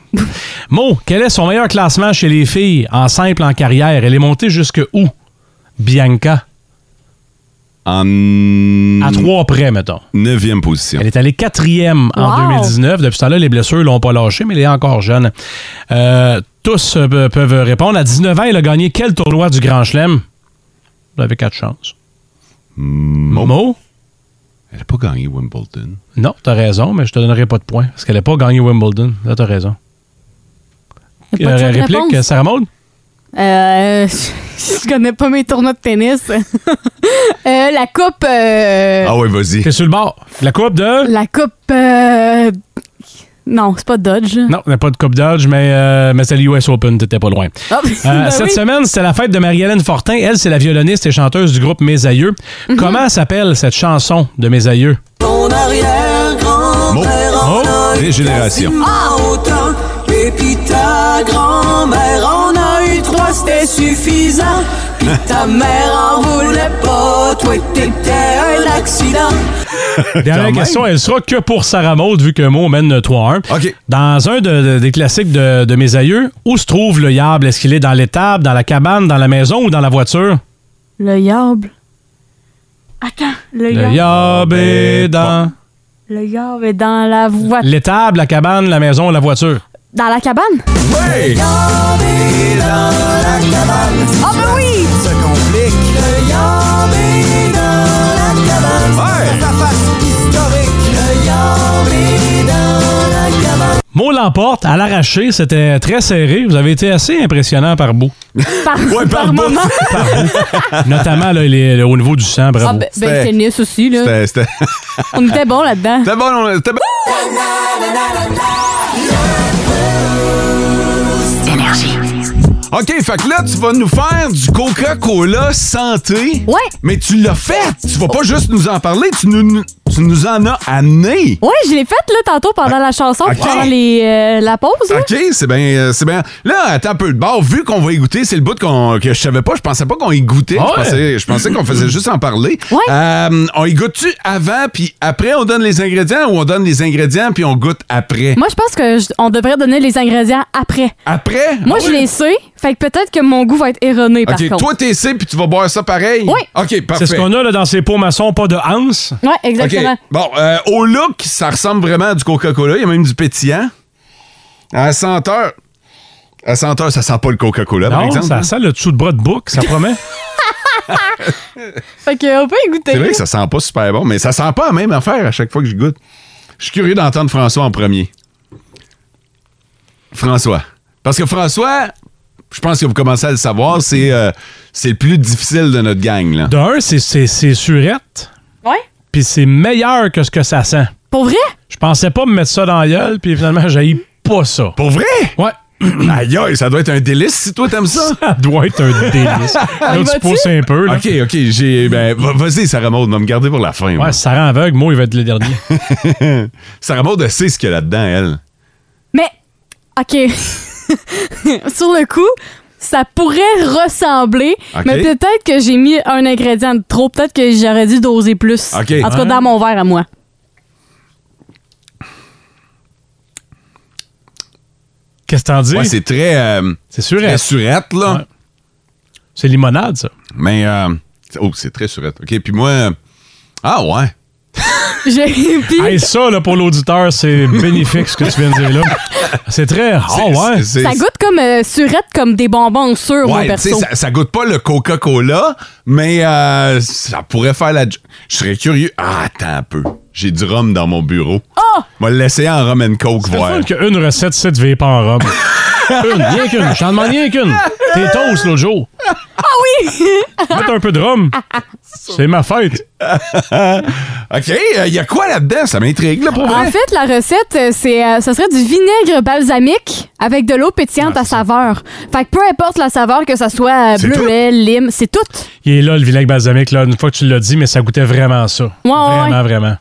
Mo, quel est son meilleur classement chez les filles en simple en carrière? Elle est montée jusque où? Bianca. En. À 3 près, mettons. Neuvième position. Elle est allée quatrième en Wow. 2019. Depuis ce temps-là, les blessures l'ont pas lâché, mais elle est encore jeune. Euh, tous euh, pe- peuvent répondre. À 19 ans, elle a gagné quel tournoi du Grand Chelem? Vous avez quatre chances. Mot. Mo? Elle a pas gagné Wimbledon. Non, t'as raison, mais je te donnerai pas de points parce qu'elle n'a pas gagné Wimbledon. Là, t'as raison. Y a pas de Euh, bonne réplique, réponse. Sarah Maud? Euh, je connais pas mes tournois de tennis. Euh, la coupe. euh, Ah ouais, vas-y. T'es sur le bord. La coupe de... La coupe. euh, Non, c'est pas Dodge. Non, il n'y a pas de Coupe Dodge, mais, euh, mais c'est l'US Open, t'étais pas loin. Oh, Euh, ben cette oui. semaine, c'était la fête de Marie-Hélène Fortin. Elle, c'est la violoniste et chanteuse du groupe Mes Aïeux. Comment s'appelle cette chanson de Mes Aïeux? Mon arrière-grand-père Mo? en Oh! a eu Euh. Régénération. quasiment autant. Et puis ta grand-mère en a eu trois, c'était suffisant. Puis ta mère en voulait pas, toi t'étais un accident. Dernière Quand question, elle sera que pour Sarah Maud, vu que Mo mène 3-1. OK. Dans un de- de- des classiques de, de mes aïeux, où se trouve le diable? Est-ce qu'il est dans l'étable, dans la cabane, dans la maison ou dans la voiture? Le diable. Attends, le Le yard. yob est dans Le yard est dans la voiture. l'étable, la cabane, la maison, la voiture. Dans la cabane? Ouais! Ah, ben oui! Mot l'emporte, à l'arraché, c'était très serré. Vous avez été assez impressionnant par bout. Par, Ouais, par bout. moment. Notamment là, les- au niveau du sang, bravo. Ah, ben, ben, C'était- tennis aussi, là. C'était c'était- On était bon là-dedans. c'était bon, on- c'était bon. OK, fait que là, tu vas nous faire du Coca-Cola santé. Ouais. Mais tu l'as fait. Tu vas pas juste nous en parler, tu nous, tu nous en as amené. Ouais, je l'ai faite, là, tantôt, pendant la chanson, Ok. pendant les, euh, la pause, là. OK, c'est bien. euh, c'est bien. Là, attends un peu. Bon, vu qu'on va y goûter, c'est le bout qu'on- que je savais pas. Je pensais pas qu'on y goûtait. Ah ouais? Je pensais, je pensais qu'on faisait juste en parler. Ouais. Euh, on y goûte-tu avant, puis après, on donne les ingrédients ou on donne les ingrédients, puis on goûte après? Moi, je pense que je- on devrait donner les ingrédients après. Après? Moi, Ah je oui? les sais, fait que peut-être que mon goût va être erroné, par OK, contre. toi, t'es ici, puis tu vas boire ça pareil? Oui. OK, parfait. C'est ce qu'on a là, dans ces pots maçons, pas de Hans. Ouais, OK. exactement. Bon, euh, au look, ça ressemble vraiment à du Coca-Cola. Il y a même du pétillant. À la senteur. À la senteur, ça sent pas le Coca-Cola, par Non, exemple. hein. ça sent le dessous de bras de bouc, ça promet. Fait que on peut y goûter. C'est vrai que ça sent pas super bon, mais ça sent pas la même affaire à chaque fois que je goûte. Je suis curieux d'entendre François en premier. François. Parce que François, je pense que vous commencez à le savoir, c'est euh, c'est le plus difficile de notre gang. Là. D'un, c'est- c'est c'est surette, Ouais. puis c'est meilleur que ce que ça sent. Pour vrai? Je pensais pas me mettre ça dans la gueule, puis finalement, j'ai pas ça. Pour vrai? Ouais. Aïe, aïe, ça doit être un délice si toi t'aimes ça. Ça doit être un délice. Là, tu va-tu? pousses un peu. Là. Ah, OK, OK, j'ai. Ben, va- vas-y, Sarah Maud, on va me garder pour la fin. moi. Ouais, ça rend aveugle. Moi, il va être le dernier. Sarah Maud, elle sait ce qu'il y a là-dedans, elle. Mais, OK. Sur le coup, ça pourrait ressembler, Ok. mais peut-être que j'ai mis un ingrédient de trop. Peut-être que j'aurais dû doser plus. Ok. En tout cas, Ah. dans mon verre à moi. Qu'est-ce que t'en dis? Ouais, c'est très. euh, c'est sûr. très surette, là. Ouais. C'est limonade, ça. Mais. euh, oh, c'est très surette. OK, puis moi. euh, Ah, ouais. J'ai puis- Hey, ça, là, pour l'auditeur, c'est bénéfique ce que tu viens de dire là. C'est très. Ah C'est- ouais. c'est- Ça goûte comme euh, surette, comme des bonbons sûrs, mon Ouais, tu sais, perso. ça, ça goûte pas le Coca-Cola, mais euh, ça pourrait faire la. jo- Je serais curieux. Ah, attends un peu. J'ai du rhum dans mon bureau. Oh! On va l'essayer en rum and coke, C'est voir. le fun qu'une recette, c'est de pas en robe. une, rien qu'une. Je t'en demande rien qu'une. T'es toast l'autre jour. Ah oui! Mettre un peu de rhum. C'est ma fête. OK, il y a quoi là-dedans? Ça m'intrigue, là, pour En vrai. fait, la recette, euh, c'est, euh, ça serait du vinaigre balsamique avec de l'eau pétillante à saveur. Fait que peu importe la saveur, que ça soit euh, C'est tout? bleuet, lime, c'est tout. Il est là, le vinaigre balsamique, là, une fois que tu l'as dit, mais ça goûtait vraiment ça. ouais, vraiment, ouais. vraiment.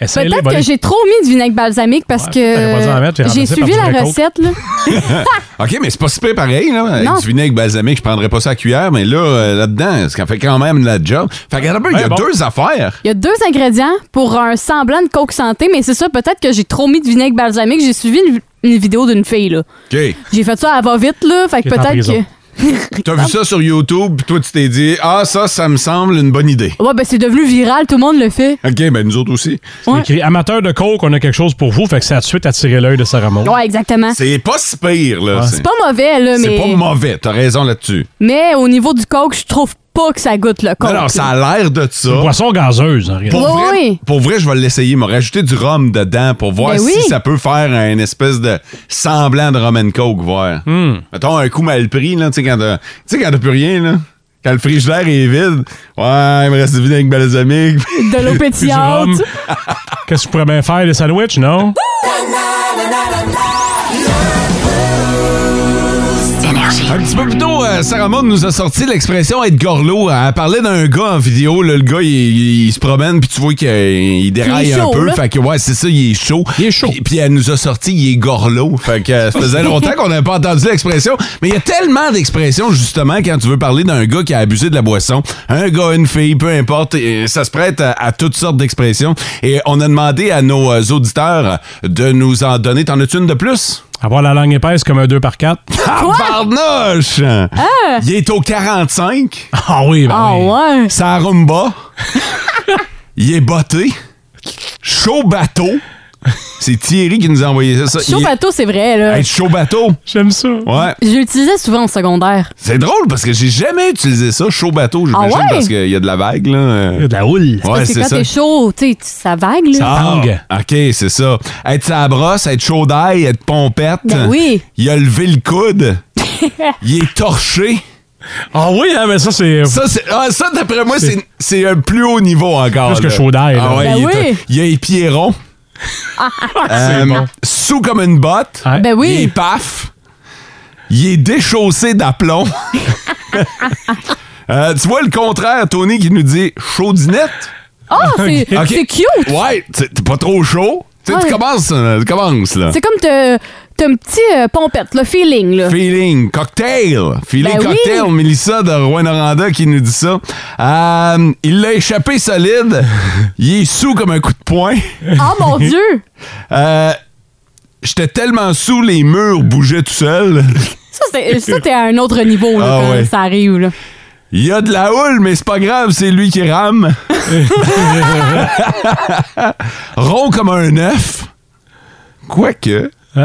Essaye-les, Peut-être Bonnie. que j'ai trop mis de vinaigre balsamique parce Ouais, t'aurais pas dû en mettre, que t'es euh, j'ai remplacé suivi par du la vinaigre recette, là. OK, mais c'est pas super pareil, là. Avec Non. du vinaigre balsamique, je prendrais pas ça à cuillère, mais là, euh, là-dedans, ça fait quand même la job. Fait que, regarde un peu, il y a Ben bon. deux affaires. Il y a deux ingrédients pour un semblant de coke santé, mais c'est ça, peut-être que j'ai trop mis de vinaigre balsamique. J'ai suivi une, une vidéo d'une fille, là. OK. J'ai fait ça à va-vite, là. Fait que Qui est en peut-être prison. que. T'as vu ça sur YouTube, puis toi, tu t'es dit, ah, ça, ça me semble une bonne idée. Ouais, ben c'est devenu viral, tout le monde le fait. OK, ben nous autres aussi. Ouais. écrit amateur de coke, on a quelque chose pour vous. Fait que ça a tout de suite attiré l'œil de Sarah Maud. Ouais, exactement. C'est pas si pire, là. Ouais. C'est Ah. C'est pas mauvais, là, c'est mais. pas mauvais, t'as raison là-dessus. Mais au niveau du coke, je trouve pas que ça goûte le coke. Non, non, ça a l'air de ça. Poisson gazeuse, hein, en réalité. Pour, Oui, vrai, oui. pour vrai, je vais l'essayer. M'a rajouté du rhum dedans pour voir Ben si oui. ça peut faire une espèce de semblant de rum and coke, voir. Mettons un coup mal pris, là, tu sais, quand t'as tu sais, quand t'as plus rien, là. Quand le frigidaire est vide, ouais, il me reste du vinaigre balsamique. De l'eau Puis du rhum. pétillante. Qu'est-ce que tu pourrais bien faire? Des sandwichs, non? Un petit peu plus tôt, euh, Sarah Maud nous a sorti l'expression être gorlot. Elle parlait d'un gars en vidéo. là, le gars, il, il se promène, puis tu vois qu'il euh, il déraille Il est chaud, un peu. là. Fait que, ouais, c'est ça, il est chaud. Il est chaud. Puis, puis elle nous a sorti, il est gorlot. Fait que euh, ça faisait longtemps qu'on n'avait pas entendu l'expression. Mais il y a tellement d'expressions, justement, quand tu veux parler d'un gars qui a abusé de la boisson. Un gars, une fille, peu importe. et euh, ça se prête à, à toutes sortes d'expressions. Et on a demandé à nos euh, auditeurs de nous en donner. T'en as-tu une de plus? Avoir la langue épaisse comme un 2 par 4 Ah, barnouche! Il est au 45. Ah oui, ben Ah oui. ouais. Ça rumba. Il est botté. Chaud bateau. C'est Thierry qui nous a envoyé ça. Chaud Il est- bateau, c'est vrai, là. Hey, chaud bateau. J'aime ça. Ouais. Je l'utilisais souvent au secondaire. C'est drôle parce que j'ai jamais utilisé ça, chaud bateau, j'imagine, Ah ouais? parce qu'il y a de la vague, là. Il y a Euh, de la houle. Ouais, Parce que c'est quand ça. t'es chaud, tu sais, tu- ça vague, là. Ah, Tangue. ok, c'est ça. Être sa brosse, être chaud d'ail, être pompette. Ben oui. Il a levé le coude. il est torché. Ah oui, hein, mais ça, c'est. Ça, c'est- ah, ça, d'après moi, c'est c'est un plus haut niveau encore. Plus que là. chaud d'ail, là. Ah ouais, Ben il, est- oui. il a les pieds ronds. Euh, Sous comme une botte. Ouais. Ben Il est oui. paf. Il est déchaussé d'aplomb. Euh, tu vois le contraire, Tony qui nous dit chaudinette. Ah, c'est Ok. c'est cute. Ouais, t'es t'es pas trop chaud. Tu sais, tu Ouais. commences, euh, tu commences là. C'est comme te- t'as un petit euh, pompette, le feeling, là. Feeling cocktail. Feeling Ben oui. cocktail. Mélissa de Rouen-Noranda qui nous dit ça. Euh, il l'a échappé solide. il est sous comme un coup de poing. Oh mon Dieu! Euh, J'étais tellement sous, les murs bougeaient tout seuls. Ça, c'est- euh, ça, t'es à un autre niveau là, Ah quand ouais. ça arrive. Là. Il y a de la houle, mais c'est pas grave, c'est lui qui rame. Rond comme un œuf. Quoique. Ouais.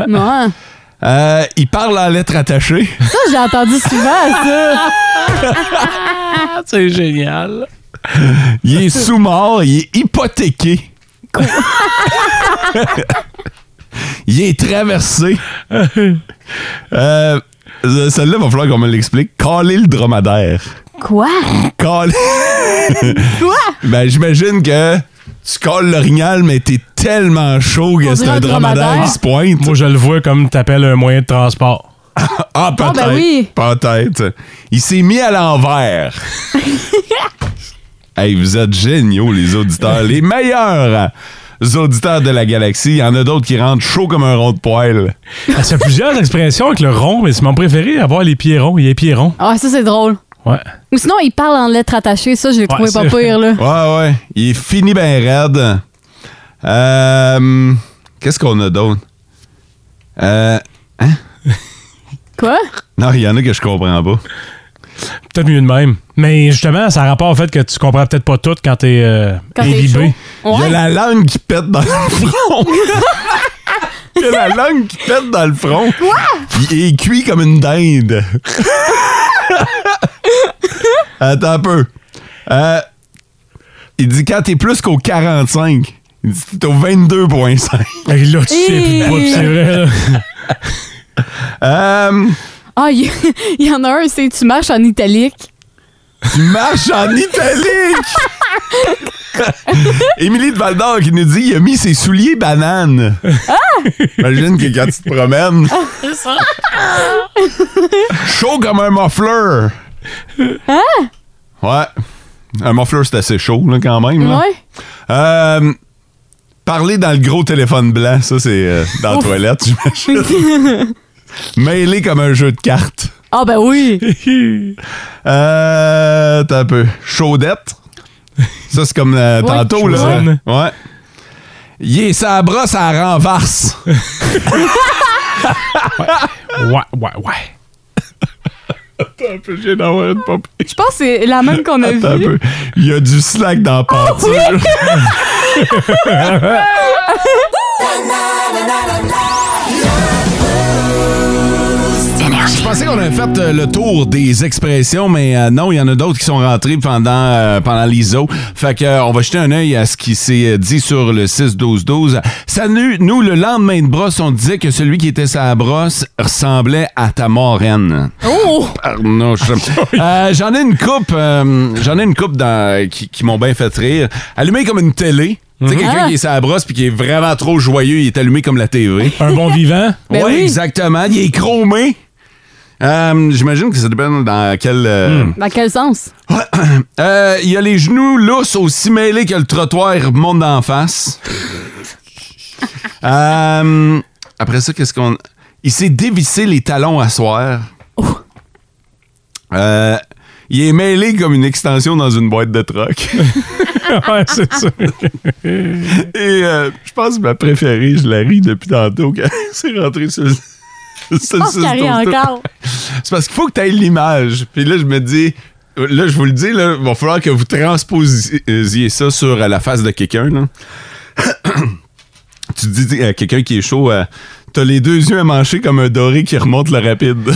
Euh, il parle en lettres attachées. Ça, j'ai entendu souvent, ça. C'est génial. Il est sous-mort, il est hypothéqué. il est traversé. Euh, Celle-là, va falloir qu'on me l'explique. Caler le dromadaire. Quoi? Caler. Quoi? Ben, j'imagine que tu colles l'orignal, mais t'es tellement chaud que On c'est dirait un un dromadaire dromadaire. qui se pointe. Moi, je le vois comme t'appelles un moyen de transport. Ah, peut-être. ben oui. Peut-être. Il s'est mis à l'envers. hey, vous êtes géniaux, les auditeurs. Les meilleurs auditeurs de la galaxie. Il y en a d'autres qui rentrent chaud comme un rond de poêle. Ah, C'est plusieurs expressions avec le rond, mais c'est mon préféré, avoir les pieds ronds. Il est pieds ronds. Ah, ça, c'est drôle. Ouais. Ou sinon, il parle en lettres attachées. Ça, je l'ai trouvé pas c'est- pire. Là. Ouais, ouais. Il est fini ben raide. Euh, Qu'est-ce qu'on a d'autre? Euh, Quoi? non, il y en a que je comprends pas. Peut-être mieux de même. Mais justement, ça a rapport au fait que tu comprends peut-être pas tout quand t'es euh, Quand t'es chaud. imbibé. Il y a Ouais. la langue qui pète dans le front. Il y a la langue qui pète dans le front. Il est cuit comme une dinde. Attends un peu. Euh, il dit quand t'es plus qu'au 45, il dit t'es au 22.5. Et là, tu sais plus de quoi, puis c'est vrai. là. Euh, Ah, il il y en a un, c'est tu marches en italique. tu marches en italique. Émilie de Valdor qui nous dit il a mis ses souliers bananes. Imagine que quand tu te promènes. chaud comme un muffler. Hein? Ouais. Un muffler, c'est assez chaud, là, quand même. là. Ouais. Euh, parler dans le gros téléphone blanc, ça, c'est euh, dans la toilette, j'imagine. Mêlé comme un jeu de cartes. Ah, ben oui. Euh, t'as un peu. Chaudette. Ça, c'est comme euh, tantôt, là. chaudronne. Ouais. Il est sa brosse à la renverse. Ouais, ouais, ouais. un peu gênant, ouais, pas pire. Je pense que c'est la même qu'on a T'as un vue. peu. Il y a du slack dans la peinture. Je pensais qu'on avait fait euh, le tour des expressions, mais euh, non, il y en a d'autres qui sont rentrés pendant, euh, pendant l'ISO. Fait que, euh, on va jeter un œil à ce qui s'est euh, dit sur le 6-12-12. Ça nous, nous, le lendemain de brosse, on disait que celui qui était sa brosse ressemblait à ta moraine. Oh! Pardon, je- Euh, J'en ai une coupe, euh, j'en ai une coupe dans, qui, qui m'ont bien fait rire. Allumé comme une télé. Tu sais, quelqu'un Ah. qui est sa brosse puis qui est vraiment trop joyeux, il est allumé comme la TV. Un bon vivant. Ben oui, oui. exactement. Il est chromé. Euh, J'imagine que ça dépend dans quel. euh, Dans quel sens? euh, il y a les genoux lousses aussi mêlés que le trottoir monte d'en face. Euh, après ça, qu'est-ce qu'on. Il s'est dévissé les talons à soir. Euh, il est mêlé comme une extension dans une boîte de troc. ouais, c'est ça. Et euh, je pense que ma préférée, je la ris depuis tantôt quand c'est rentré sur le. sur le Je pense qu'il y a 6-12-12. rien encore. C'est parce qu'il faut que tu aies l'image. Puis là, je me dis, là, je vous le dis, là, il va falloir que vous transposiez ça sur euh, la face de quelqu'un. là. tu dis à quelqu'un qui est chaud, euh, t'as les deux yeux à mancher comme un doré qui remonte le rapide.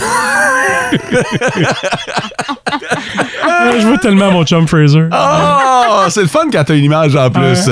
Ah, je veux tellement mon chum Fraser. oh, c'est le fun quand t'as une image en plus.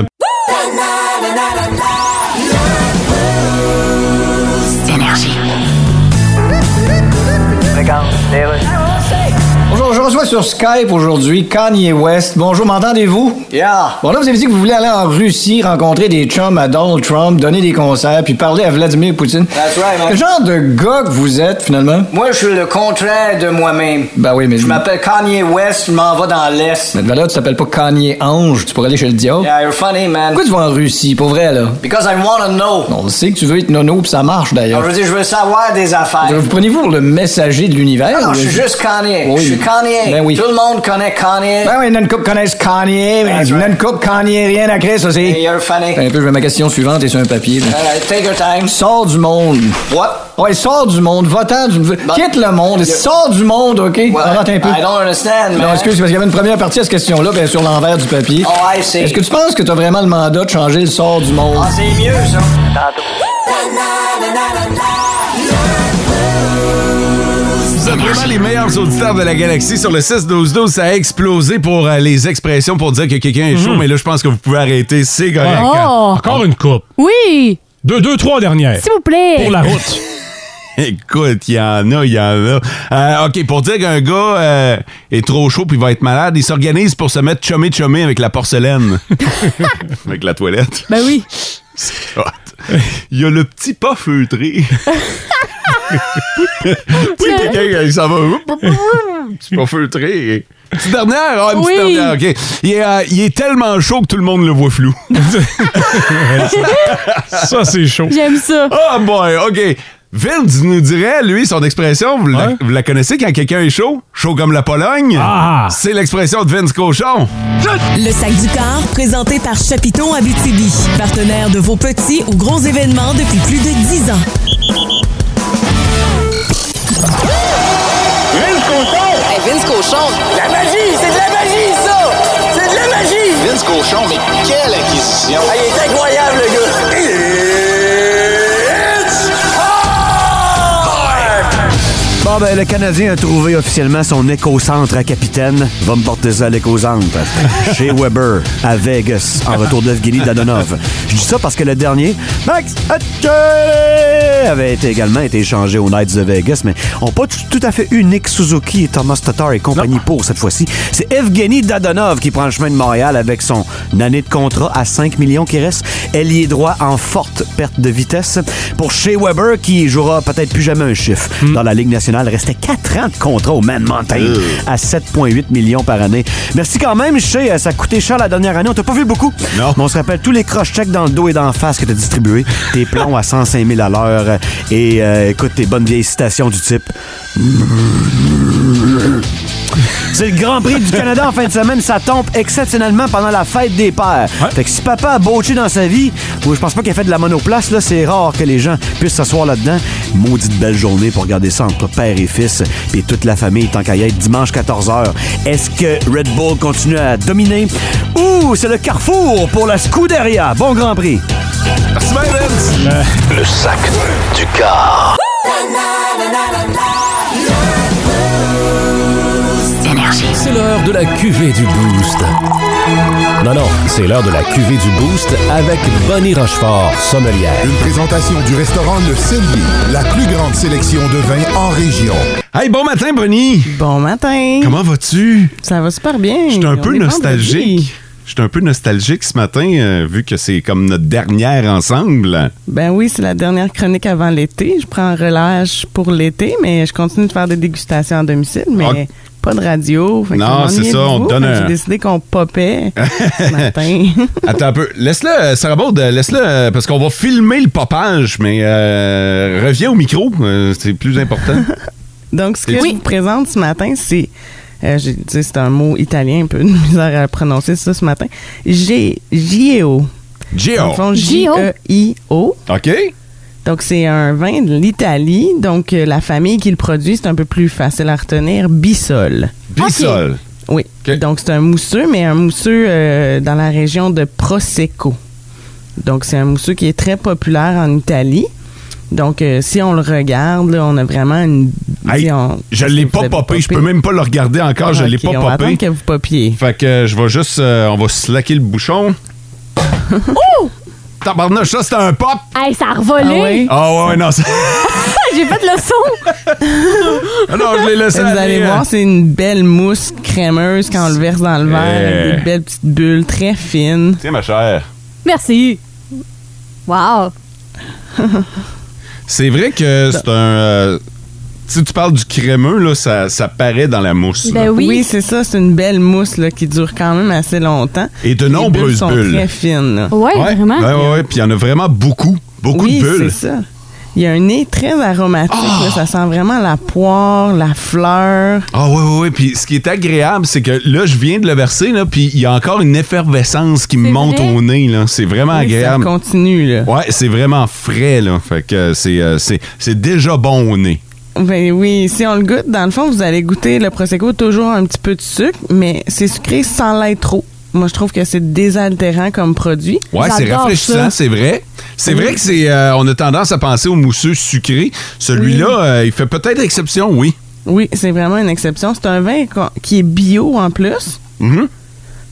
Bonjour, je reçois sur Skype aujourd'hui Kanye West. Bonjour, m'entendez-vous? Yeah. Bon, là, vous avez dit que vous voulez aller en Russie, rencontrer des chums à Donald Trump, donner des concerts, puis parler à Vladimir Poutine. That's right, man. Quel genre de gars que vous êtes, finalement? Moi, je suis le contraire de moi-même. Ben oui, mais... Je m'appelle Kanye West, je m'en vais dans l'Est. Mais ben là, tu t'appelles pas Kanye Ange, tu pourrais aller chez le diable. Yeah, you're funny, man. Pourquoi tu vas en Russie, pour vrai, là? Because I wanna know. On le sait que tu veux être nono, puis ça marche, Je d'ailleurs. veux dire, je veux savoir des affaires. Vous prenez-vous pour le messager de l'univers? Non, ou- je suis juste Kanye. Oui. Je suis Kanye. Ben oui. Tout le monde connaît Kanye. Ben oui, non, une couple connaissent Kanye, mais That's non, right. une couple Kanye, rien à créer, ça, Hey, c'est... Ben, you're funny. Un peu, je mets ma question suivante et sur un papier. là. All right, take your time. Sors du monde. What? Ouais, sors du monde, va-t'en du... Quitte le monde, sors du monde, OK? Well, Arrête un peu. I don't understand, man. Non, excuse, parce qu'il y avait une première partie à cette question-là, bien sur l'envers du papier. Oh, I see. Est-ce que tu penses que t'as vraiment le mandat de changer le sort du monde? Ah, c'est mieux, ça. Vous êtes vraiment les meilleurs auditeurs de la galaxie. Sur le 6-12-12, ça a explosé pour euh, les expressions pour dire que quelqu'un est chaud, mais là, je pense que vous pouvez arrêter. C'est correct. hein. Oh! Encore une coupe. Oui! Deux, deux, trois dernières. S'il vous plaît! Pour la route. Écoute, il y en a, il y en a. Euh, OK, pour dire qu'un gars euh, est trop chaud puis va être malade, il s'organise pour se mettre chumé-chumé avec la porcelaine. avec la toilette. Ben oui. C'est hot. Il y a le petit pas feutré. tu sais, quelqu'un, il s'en va. C'est pas feutré. Petite dernière? Ah, une petite Oui. dernière, OK. Il est, euh, il est tellement chaud que tout le monde le voit flou. Ça, c'est chaud. J'aime ça. Oh boy, OK. Vince nous dirait, lui, son expression, vous, la, Ouais. vous la connaissez quand quelqu'un est chaud? Chaud comme la Pologne? Ah! C'est l'expression de Vince Cochon. Le sac du corps, présenté par Chapiton Abitibi, partenaire de vos petits ou gros événements depuis plus de 10 ans. Vince Cochon. La magie, c'est de la magie, ça. C'est de la magie. Vince Cochon, mais quelle acquisition! Ah, il est incroyable, le gars. It's time! Bon, ben, le Canadien a trouvé officiellement son éco-centre à capitaine. Va me porter ça à l'éco-centre. Chez Weber, à Vegas, en retour d'Evgeny Dadonov. Je dis ça parce que le dernier, Max Hatcher, avait été également été échangé aux Knights de Vegas, mais ont pas tout, tout à fait unique Suzuki et Thomas Tatar et compagnie pour cette fois-ci. C'est Evgeny Dadonov qui prend le chemin de Montréal avec son année de contrat à 5 millions qui reste. Ailier droit en forte perte de vitesse pour Shea Weber qui jouera peut-être plus jamais un chiffre. Dans la Ligue nationale, restait 4 ans de contrat au Man Mountain à 7,8 millions par année. Merci quand même, Shea. Ça a coûté cher la dernière année. On t'a pas vu beaucoup. Non. Mais on se rappelle tous les cross-checks dans le dos et dans la face que t'as distribué. Tes plombs à 105 000 à l'heure. Et euh, écoute, tes bonnes vieilles citations du type c'est le Grand Prix du Canada en fin de semaine. Ça tombe exceptionnellement pendant la fête des pères. Fait que si papa a botché dans sa vie, ou je pense pas qu'il a fait de la monoplace, là, c'est rare que les gens puissent s'asseoir là-dedans. Maudite belle journée pour regarder ça entre père et fils, puis toute la famille tant qu'à y être dimanche 14h. Est-ce que Red Bull continue à dominer? Ouh, c'est le carrefour pour la Scuderia. Bon Grand Prix. Merci, bien, Vince. Le sac du car. C'est l'heure de la cuvée du Boost. Non, non, c'est l'heure de la cuvée du Boost avec Bonnie Rochefort, sommelière. Une présentation du restaurant Le Cellier, la plus grande sélection de vins en région. Hey, bon matin, Bonnie. Bon matin. Comment vas-tu? Ça va super bien. Je suis un peu nostalgique. Je suis un peu nostalgique ce matin, euh, vu que c'est comme notre dernière ensemble. Ben oui, c'est la dernière chronique avant l'été. Je prends relâche pour l'été, mais je continue de faire des dégustations à domicile, mais Ok. pas de radio. Fait que Non, je m'ennuyais c'est ça, de on vous, te donne fait que un- J'ai décidé qu'on popait ce matin. Attends un peu. Laisse-le, euh, Sarah Baud, euh, laisse-le, euh, parce qu'on va filmer le popage, mais euh, reviens au micro, euh, c'est plus important. Donc, ce que Et- je vous présente ce matin, c'est. euh, j'ai dit, c'est un mot italien, un peu de misère à prononcer ça ce matin. G- Gio. Dans Gio. le fond, Gio. J-E-I-O. OK? Donc, c'est un vin de l'Italie. Donc, euh, la famille qui le produit, c'est un peu plus facile à retenir. Bissol. Bissol. Oui. Donc, c'est un mousseux, mais un mousseux euh, dans la région de Prosecco. Donc, c'est un mousseux qui est très populaire en Italie. Donc, euh, si on le regarde, là, on a vraiment une. Hey, si on- je l'ai vous pas avez popé. Je popé? peux même pas le regarder encore. je Ah, l'ai ok, pas popé. on va attendre que vous popiez. Fait que euh, je vais juste. euh, on va slacker le bouchon. Oh! Ouh! Tabarnouche, ça c'est un pop! Hey, ça a revolé! Ah ouais, ouais, non, ça- J'ai fait le son! Ah non, je l'ai laissé Vous aller, allez hein. voir, c'est une belle mousse crémeuse quand on le verse dans le verre, Eh. avec des belles petites bulles très fines. Tiens, ma chère. Merci! Wow! C'est vrai que c'est un. euh, si tu parles du crémeux, là, ça, ça paraît dans la mousse. Ben Ben là. c'est ça, c'est une belle mousse là, qui dure quand même assez longtemps. Et de Les nombreuses bulles. sont bulles. très fines. là. Ouais, Ben ouais, ouais. Puis il y en a vraiment beaucoup. Beaucoup oui, de bulles. c'est ça. Il y a un nez très aromatique. là. ça sent vraiment la poire, la fleur. Ah oui, oui, oui. Puis ce qui est agréable, c'est que là, je viens de le verser, là, puis il y a encore une effervescence qui me monte vrai? au nez. là. C'est vraiment Oui, ça agréable. continue, là. Ouais, c'est vraiment frais, là. Fait que euh, c'est, euh, c'est, c'est déjà bon au nez. Ben oui, si on le goûte, dans le fond, vous allez goûter le Prosecco toujours un petit peu de sucre, mais c'est sucré sans l'être trop. Moi, je trouve que c'est désaltérant comme produit. Ouais, c'est rafraîchissant, c'est vrai. C'est vrai que c'est, euh, on a tendance à penser au mousseux sucré. Celui-là, euh, il fait peut-être exception, oui. Oui, c'est vraiment une exception. C'est un vin qu'on- qui est bio en plus.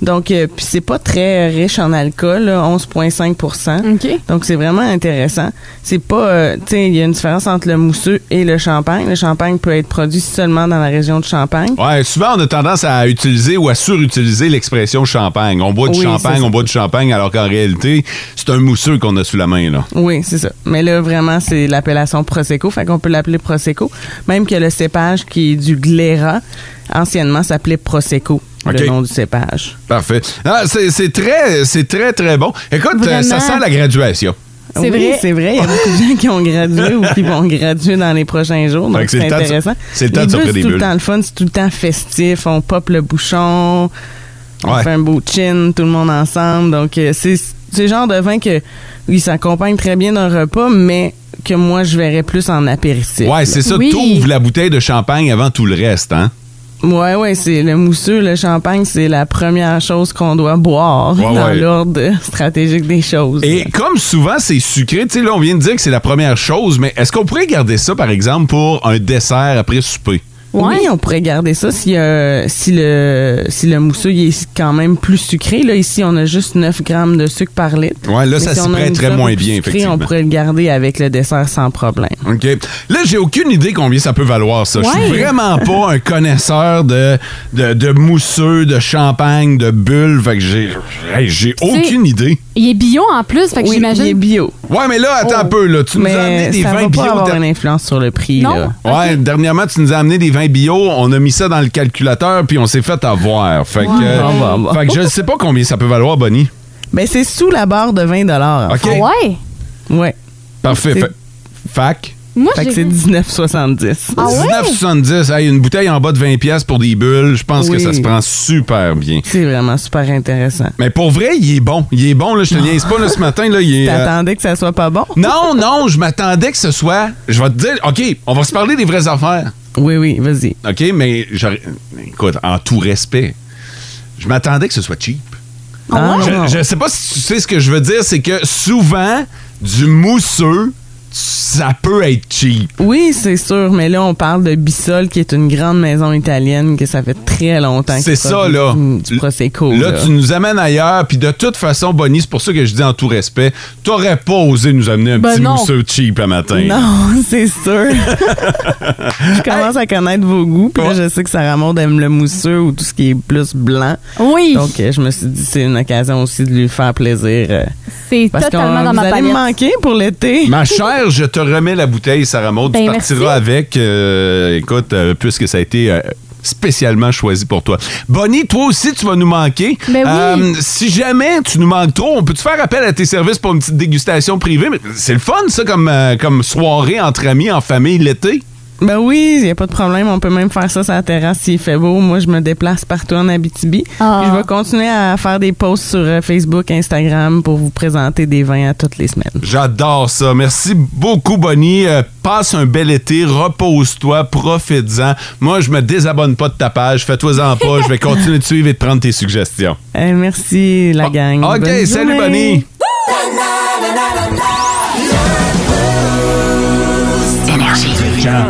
Donc, euh, puis c'est pas très riche en alcool, là, 11,5 Donc, c'est vraiment intéressant. C'est pas... euh, tu sais, il y a une différence entre le mousseux et le champagne. Le champagne peut être produit seulement dans la région de Champagne. Ouais, souvent on a tendance à utiliser ou à surutiliser l'expression champagne. On boit du Oui, c'est champagne, ça. on boit du champagne, alors qu'en réalité, c'est un mousseux qu'on a sous la main, là. Oui, c'est ça. Mais là, vraiment, c'est l'appellation Prosecco. Fait qu'on peut l'appeler Prosecco. Même que le cépage qui est du Glera, anciennement s'appelait Prosecco, OK. le nom du cépage. Parfait. Ah, c'est, c'est très, c'est très, très bon. Écoute, euh, ça Vraiment. sent la graduation. Oui, vrai. c'est vrai. Il y a beaucoup de gens qui ont gradué ou qui vont graduer dans les prochains jours. Fait Donc, que c'est c'est le temps de- intéressant. c'est le temps Les de se bulles, faire des C'est tout le bulles. temps le fun. C'est tout le temps festif. On pop le bouchon. On Ouais. fait un beau chin, tout le monde ensemble. Donc, euh, c'est c'est le genre de vin que, oui, s'accompagne très bien d'un repas, mais que moi, je verrais plus en apéritif. Ouais, c'est ça. T'ouvres la bouteille de champagne avant tout le reste, hein? Ouais, ouais, c'est le mousseux, le champagne, c'est la première chose qu'on doit boire Ouais, dans ouais. l'ordre stratégique des choses. Et comme souvent, c'est sucré. Tu sais, là, on vient de dire que c'est la première chose, mais est-ce qu'on pourrait garder ça, par exemple, pour un dessert après souper? Oui, on pourrait garder ça si, euh, si le si le mousseux il est quand même plus sucré. Là, ici, on a juste 9 grammes de sucre par litre. Ouais, là, Mais ça si s'y on a une prêterait sorte moins plus bien, sucrée, effectivement. On pourrait le garder avec le dessert sans problème. OK. Là, j'ai aucune idée combien ça peut valoir, ça. Je suis Ouais. vraiment pas un connaisseur de, de, de mousseux, de champagne, de bulles. Fait que j'ai hey, j'ai aucune idée. Il est bio en plus, fait que Oui, j'imagine. il est bio. Ouais, mais là, attends un peu. Là. Tu nous as Oh, Mais amené des ça vins va pas bio. avoir der- une influence sur le prix. Non. là. Ouais, dernièrement, tu nous as amené des vins bio. On a mis ça dans le calculateur, puis on s'est fait avoir. Fait que, Ouais. Ah, bah, euh, Bon, bon, bon. Fait que je ne sais pas combien ça peut valoir, Bonnie. Mais c'est sous la barre de 20 dollars. OK. Ah ouais. Ouais. Parfait. C'est- Fait- Fac. Moi, Fait que c'est 19,70. 19,70. Hey, une bouteille en bas de 20$ piastres pour des bulles, je pense que Oui. ça se prend super bien. C'est vraiment super intéressant. Mais pour vrai, il est bon. Il est bon, là. Je te niaise pas, là, ce matin, là. Il est, euh, T'attendais que ça soit pas bon? Non, non, je m'attendais que ce soit. Je vais te dire, OK, on va se parler des vraies affaires. Oui, oui, vas-y. OK, mais j'aurais- écoute, en tout respect, je m'attendais que ce soit cheap. Ah ouais? Je, je sais pas si tu sais ce que je veux dire, c'est que souvent, du mousseux, ça peut être cheap. Oui, c'est sûr, mais là, on parle de Bissol, qui est une grande maison italienne, que ça fait très longtemps qu'ils C'est ça, produisent là. du- Du Prosecco. Là, Là, tu nous amènes ailleurs, puis de toute façon, Bonnie, c'est pour ça que je dis en tout respect, t'aurais pas osé nous amener un Ben petit non. mousseux cheap le matin. Non, c'est sûr. je commence à connaître vos goûts, puis là, je sais que Sarah Maud aime le mousseux ou tout ce qui est plus blanc. Oui. Donc, euh, je me suis dit, c'est une occasion aussi de lui faire plaisir. euh, C'est parce totalement qu'on- dans vous ma allez palette. me manquer pour l'été. Ma chère, je te remets la bouteille, Sarah Maud. tu Ben, partiras merci. avec, euh, écoute, euh, puisque ça a été euh, spécialement choisi pour toi. Bonnie, toi aussi, tu vas nous manquer. Euh, Ben oui. si jamais tu nous manques trop, on peut-tu faire appel à tes services pour une petite dégustation privée? Mais C'est le fun, ça, comme, euh, comme soirée entre amis, en famille, l'été? Ben oui, il n'y a pas de problème. On peut même faire ça sur la terrasse s'il fait beau. Moi, je me déplace partout en Abitibi. Puis je vais continuer à faire des posts sur euh, Facebook, Instagram pour vous présenter des vins à toutes les semaines. J'adore ça. Merci beaucoup, Bonnie. Euh, passe un bel été, repose-toi, profites-en. Moi, je me désabonne pas de ta page. Fais-toi-en pas. je vais continuer de suivre et de prendre tes suggestions. Euh, merci, la gang. Ah, OK, Bonne salut, Bonnie. journée.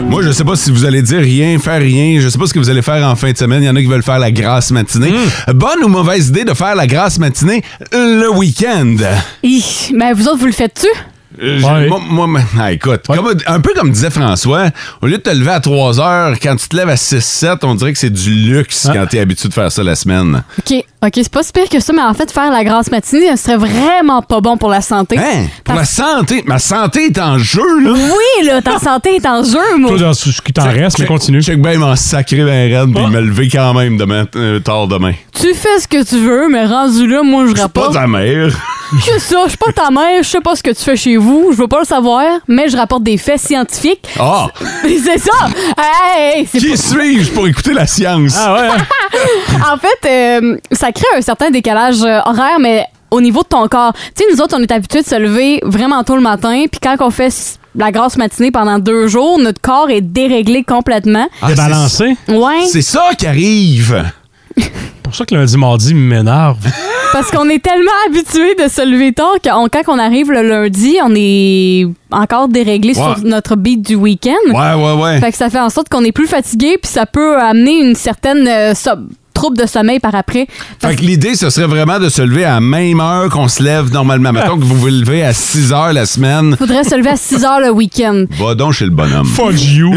Moi, je sais pas si vous allez dire rien, faire rien. Je sais pas ce que vous allez faire en fin de semaine. Il y en a qui veulent faire la grasse matinée. Hmm. Bonne ou mauvaise idée de faire la grasse matinée le week-end? Hi, Mais vous autres, vous le faites-tu? Euh, j'ai- Moi, moi, mais- ah, écoute, comme- un peu comme disait François, au lieu de te lever à 3 heures, quand tu te lèves à 6-7, on dirait que c'est du luxe quand tu es habitué de faire ça la semaine. OK, OK, c'est pas si pire que ça, mais en fait, faire la grasse matinée, ce serait vraiment pas bon pour la santé. Pour la santé, Hein? ma santé est en jeu, là. Oui, là, ta santé est en jeu, moi. dans ce qui t'en Ah, reste, mais continue. Check bien m'en sacrer ben reine, puis me lever quand même demain, euh, tard demain. Tu fais ce que tu veux, mais rendu là, moi, C'est je pas rapporte. ta mère. C'est ça, je suis pas ta mère, je sais pas ce que tu fais chez vous, je veux pas le savoir, mais je rapporte des faits scientifiques. Ah! Mais c'est ça! Hey, hey, c'est Qui pas- suis-je pour écouter la science? Ah ouais? hein. en fait, euh, ça crée un certain décalage euh, horaire, mais au niveau de ton corps. Tu sais, nous autres, on est habitués de se lever vraiment tôt le matin, puis quand on fait s- la grasse matinée pendant deux jours, notre corps est déréglé complètement. Débalancé? Ouais. Ah, C'est ça qui arrive. C'est pour ça que lundi, mardi m'énerve. Parce qu'on est tellement habitué de se lever tôt que on- quand on arrive le lundi, on est encore déréglé Ouais. sur notre beat du week-end. Ouais, ouais, ouais. Fait que ça fait en sorte qu'on est plus fatigué, puis ça peut amener une certaine euh, so- trouble de sommeil par après. Fait que l'idée, ce serait vraiment de se lever à la même heure qu'on se lève normalement. Mettons que vous vous levez à 6 heures la semaine. Faudrait se lever à 6 heures le week-end. Va donc chez le bonhomme. Fuck you!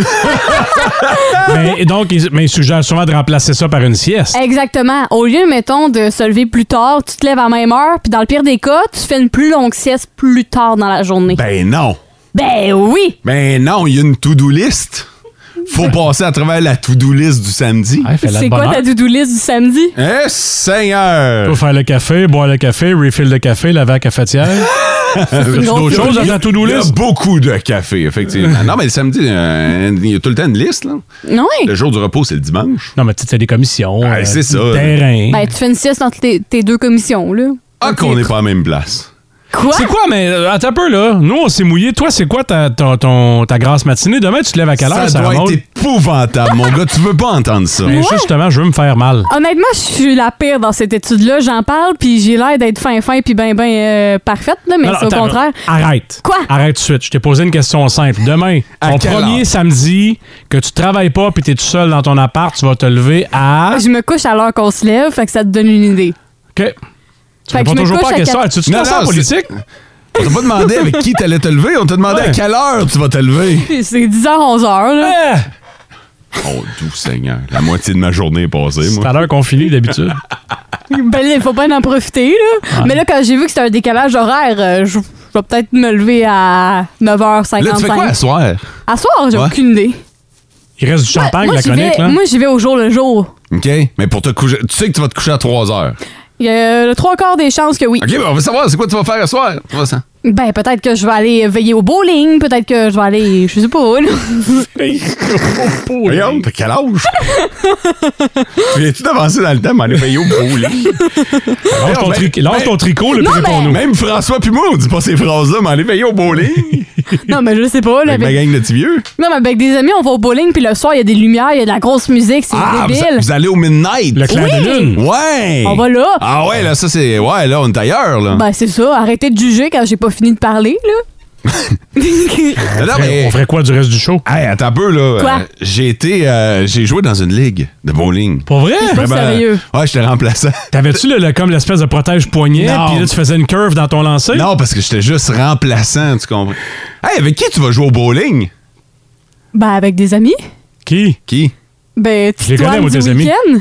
mais, donc, il, mais il suggère souvent de remplacer ça par une sieste. Exactement. Au lieu, mettons, de se lever plus tard, tu te lèves à la même heure, puis dans le pire des cas, tu fais une plus longue sieste plus tard dans la journée. Ben non. Ben oui! Ben non, il y a une to-do list. Faut passer à travers la to-do list du samedi. C'est quoi ta to-do list du samedi? Eh, Seigneur! Faut faire le café, boire le café, refill de café, laver la cafetière. Il y a Fais-tu d'autres choses dans ta to-do il y a list? beaucoup de café, effectivement. non, mais le samedi, euh, il y a tout le temps une liste. Là. Oui. Le jour du repos, c'est le dimanche. Non, mais tu sais, des commissions. Ah, euh, c'est ça. terrain. Ben, tu fais une sieste entre tes, tes deux commissions, là. Ah, qu'on n'est pas à la même place. Quoi? C'est quoi, mais euh, attends un peu, là. Nous, on s'est mouillé. Toi, c'est quoi ta, ton- ton- ta grasse matinée? Demain, tu te lèves à quelle heure, ça doit remonte? être épouvantable, mon gars. Tu veux pas entendre ça. Mais Moi? justement, je veux me faire mal. Honnêtement, je suis la pire dans cette étude-là. J'en parle, puis j'ai l'air d'être fin fin, puis ben ben euh, parfaite, là, mais Non, non, c'est au attends, contraire. Arrête. Quoi? Arrête tout de suite. Je t'ai posé une question simple. Demain, À ton quelle premier samedi, que tu travailles pas puis t'es tout seul dans ton appart, tu vas te lever à. Je me couche à l'heure qu'on se lève, fait que ça te donne une idée. OK. Fait que je me couche à quatre- Non, non, c'est- On t'a pas demandé avec qui t'allais te lever, on t'a demandé à quelle heure tu vas te lever. C'est 10h, 11h, Ah! là. Oh, doux Seigneur. La moitié de ma journée est passée, moi. C'est à l'heure qu'on finit d'habitude. Ben, il faut pas en profiter, là. Ouais. Mais là, quand j'ai vu que c'était un décalage horaire, euh, je je vais peut-être me lever à 9h55. Là, tu fais quoi à soir? À soir, j'ai Ouais. aucune idée. Il reste du champagne, moi, la j'y chronique, vais- là. Moi, j'y vais au jour le jour. OK. Mais pour te coucher, tu sais que tu vas te coucher à 3 heures. Il y a le trois quarts des chances que oui. OK, mais on veut savoir, c'est quoi tu vas faire à soir? Tu vois ça? Ben, peut-être que je vais aller veiller au bowling, peut-être que je vais aller, je sais pas, là. Voyons, t'as quel âge? tu viens-tu d'avancer dans le temps, mais aller payer au bowling? Lâche ton, tri- lâche ton tricot, le prix pour nous. Même François puis moi, on dit pas ces phrases-là, mais aller payer au bowling. non, mais je sais pas, là. Avec ma mais- gang de petits vieux. Non, mais avec des amis, on va au bowling, puis le soir, il y a des lumières, il y a de la grosse musique, c'est Ah, vous, débile. vous allez au midnight. Le clair Oui. de lune. Ouais. On va là. Ah ouais, là, ça c'est. Ouais, là, on est ailleurs, là. Ben, c'est ça, arrêtez de juger quand j'ai pas fini de parler, là. on, ferait, quoi du reste du show? Hey, attends un peu, là. Quoi? Euh, J'ai été. euh, J'ai joué dans une ligue de bowling. Pour vrai? Pas Vraiment. sérieux. Ouais, j'étais remplaçant. T'avais-tu le, le- comme l'espèce de protège poignet, Non. puis là, tu faisais une curve dans ton lancer? Non, parce que j'étais juste remplaçant, tu comprends? Hey, avec qui tu vas jouer au bowling? ben, avec des amis. Qui? Qui? Ben, Je les connais, Titoine moi, du tes amis. week-end.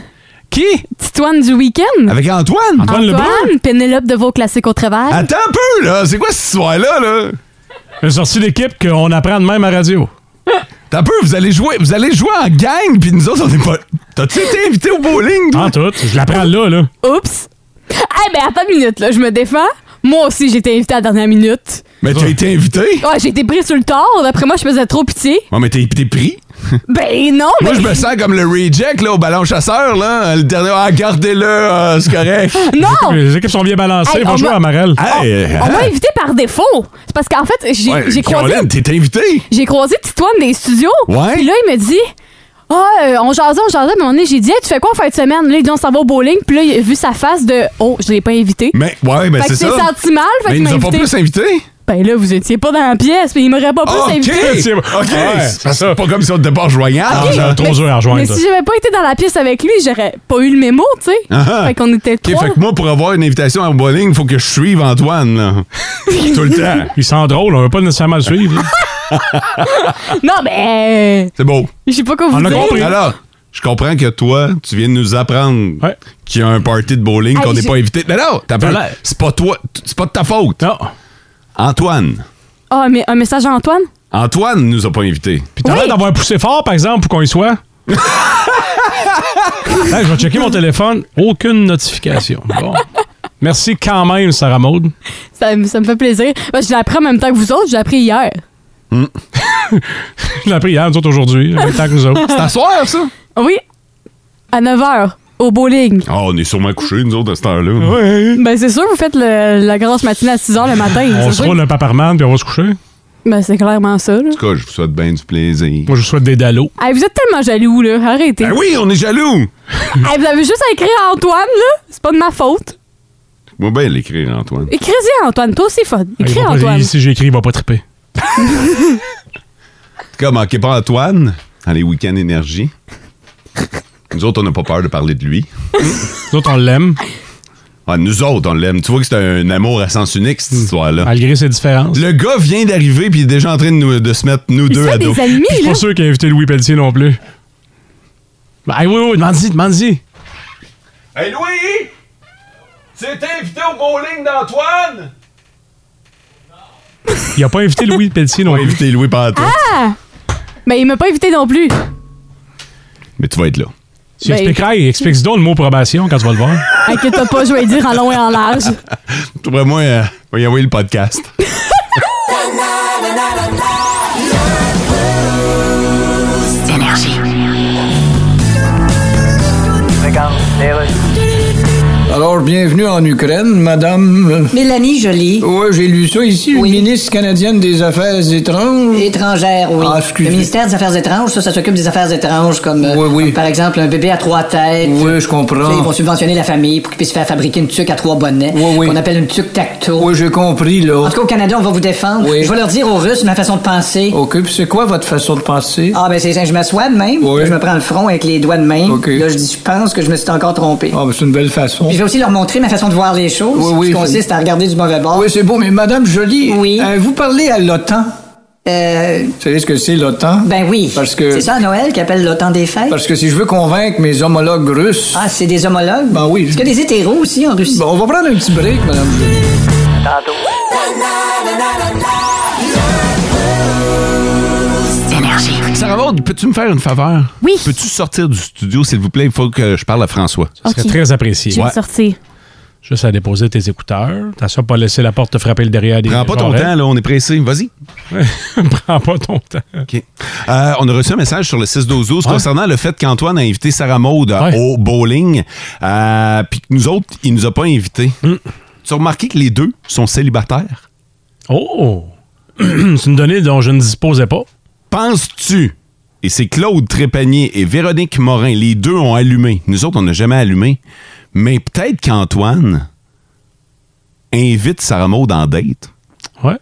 Qui? Titoine du week-end. Avec Antoine. Ah. Antoine, Pénélope de Vaux Classique au travail. Attends un peu, là. C'est quoi cette histoire-là, là? J'ai sorti l'équipe qu'on apprend de même à radio. T'as peu, vous allez jouer, vous allez jouer en gang, puis nous autres, on est pas. T'as-tu été invité au bowling, toi? En tout. Je l'apprends là, là. Oups. Eh ben, attends une minute, là, je me défends. Moi aussi, j'ai été invitée à la dernière minute. Ah, Mais t'as été invité? Oh. Ouais, j'ai été pris sur le tort. D'après moi, je faisais trop pitié. Ouais, mais t'es t'es pris. Ben non, Moi, mais- je me sens comme le reject là, au ballon chasseur. Là. Le dernier, ah, gardez-le, euh, c'est correct. Non! Les équipes sont bien balancées. Hey, on Bonjour m'a- Ah, à Marel. On m'a invité par défaut. C'est parce qu'en fait, j'ai Ouais, j'ai croisé. Caroline, t'es invité. J'ai croisé Titoine des studios. Ouais. Puis là, il me dit. Ah, euh, on jasait, on jasait, mais on est, j'ai dit, Hey, tu fais quoi en fin de semaine? Là, il dit, on s'en va au bowling. Puis là, il a vu sa face de, oh, je l'ai pas invité. Mais, ouais, mais Fait c'est ça. que c'est senti mal, fait mais qu'il ils m'a nous ont pas invité. plus invités. Ben là, vous étiez pas dans la pièce, mais il m'aurait pas plus OK! invité. OK! C'est parce que c'est pas comme si on était pas rejoignable. Ah, Ok, là. ah, mais- Mais si j'avais pas été dans la pièce avec lui, j'aurais pas eu le mémo, tu sais. Ah-ha. Fait qu'on était Ah, OK, trois. fait que moi, pour avoir une invitation à bowling, il faut que je suive Antoine, là. Tout le temps. Il sent drôle, on veut pas nécessairement le suivre. non, mais. euh, C'est beau. Je sais pas quoi vous dire. Alors, je comprends que toi, tu viens de nous apprendre qu'il y a un party de bowling Hey, qu'on n'est j'ai- pas invité. Mais non, t'as T'as pas- l'air- c'est pas toi, c'est pas de ta faute. Non. Antoine. Ah, mais un message à Antoine? Antoine nous a pas invités. Puis t'as l'air d'avoir poussé fort, par exemple, pour qu'on y soit. Là, je vais checker mon téléphone. Aucune notification. Bon. Merci quand même, Sarah Maud. Ça, me- ça me fait plaisir. Moi, je l'ai appris en même temps que vous autres, je l'ai appris hier. Je l'ai appris hier, nous autres aujourd'hui, le même temps que nous autres. C'est à soir, ça? Oui. À 9h, au bowling. Ah, on est sûrement couchés, nous autres, à cette heure-là. Ben, c'est sûr, vous faites le- la grosse matinée à 6h le matin. On c'est se sûr. roule un paparman puis on va se coucher. Ben, c'est clairement ça, là. En tout cas, je vous souhaite bien du plaisir. Moi, je vous souhaite des dallos. Hey, vous êtes tellement jaloux, là. Arrêtez. Ben oui, on est jaloux. Hey, vous avez juste à écrire à Antoine, là. C'est pas de ma faute. Moi, bien ben, l'écrire, Antoine. Écris-y à Antoine. Toi aussi, fun. Écris à Il va pas- Antoine. Si j'écris, il va pas triper. En tout cas, manquez pas Antoine dans les week-ends énergie. Nous autres, on n'a pas peur de parler de lui. Ah, nous autres, on l'aime. nous autres, on l'aime. Tu vois que c'est un amour à sens unique, cette histoire-là. Malgré ses différences. Le gars vient d'arriver puis il est déjà en train de, nous- de se mettre nous deux à dos. Je suis pas sûr qu'il a invité Louis Pelletier non plus. Ben, hey, oui, oui, demande-y, demande-y. Hey Louis! Tu étais invité au bowling d'Antoine? Il a pas invité Louis Pelletier non plus. Il a invité Louis par Ah! Mais il m'a pas invité non plus. Mais tu vas être là. Tu Ben- expliqueras, explique donc le mot probation quand tu vas le voir. Inquiète pas, je vais dire en long et en large. Trouverais-moi, euh, va y envoyer le podcast. Énergie. Ah. Alors, bienvenue en Ukraine, madame. Mélanie Jolie. Oui, j'ai lu ça ici, Oui. une ministre canadienne des Affaires étranges. Étrangère, oui. Ah, excusez. le ministère des Affaires étranges, ça, ça s'occupe des affaires étranges comme, euh, comme, par exemple un bébé à trois têtes. Oui, je Tu comprends. sais, Ils vont subventionner la famille pour qu'ils puissent faire fabriquer une tuque à trois bonnets. Qu'on appelle une tuque tacto. Oui, j'ai compris, là. En tout cas, au Canada, on va vous défendre. Oui. Je vais leur dire aux Russes ma façon de penser. OK, puis c'est quoi votre façon de penser? Ah, ben c'est ça, je m'assois de même. Oui. Là, je me prends le front avec les doigts de main. Là, je dis, je pense que je me suis encore trompé. Ah, ben c'est une belle façon. Puis je vais aussi leur montrer ma façon de voir les choses, Oui, oui, qui consiste à regarder du mauvais bord. Oui, c'est beau, mais madame Jolie, Oui. euh, vous parlez à l'OTAN. Euh, Vous savez ce que c'est l'OTAN? ben oui. Parce que... C'est ça, Noël, qui appelle le temps des fêtes. Parce que si je veux convaincre mes homologues russes... Ah, c'est des homologues? Ben oui. Est-ce qu'il y a des hétéros aussi en Russie? Bon, on va prendre un petit break, madame Jolie. Énergie. Sarah Maud, peux-tu me faire une faveur? Oui. Peux-tu sortir du studio, s'il vous plaît? Il faut que je parle à François. Ça serait Ok. très apprécié. Je vais sortir. Juste à déposer tes écouteurs. T'as ça pas laisser la porte te frapper le derrière des Prends pas ton oreilles. temps, là, on est pressé. Vas-y. Prends pas ton temps. OK. Euh, on a reçu un message sur le 6-12-12 concernant le fait qu'Antoine a invité Sarah Maud euh, au bowling, euh, puis que nous autres, il nous a pas invités. Mm. Tu as remarqué que les deux sont célibataires? Oh! c'est une donnée dont je ne disposais pas. Penses-tu? Et c'est Claude Trépanier et Véronique Morin, les deux ont allumé. Nous autres, on n'a jamais allumé. Mais peut-être qu'Antoine invite Sarah Maud en date. Ouais.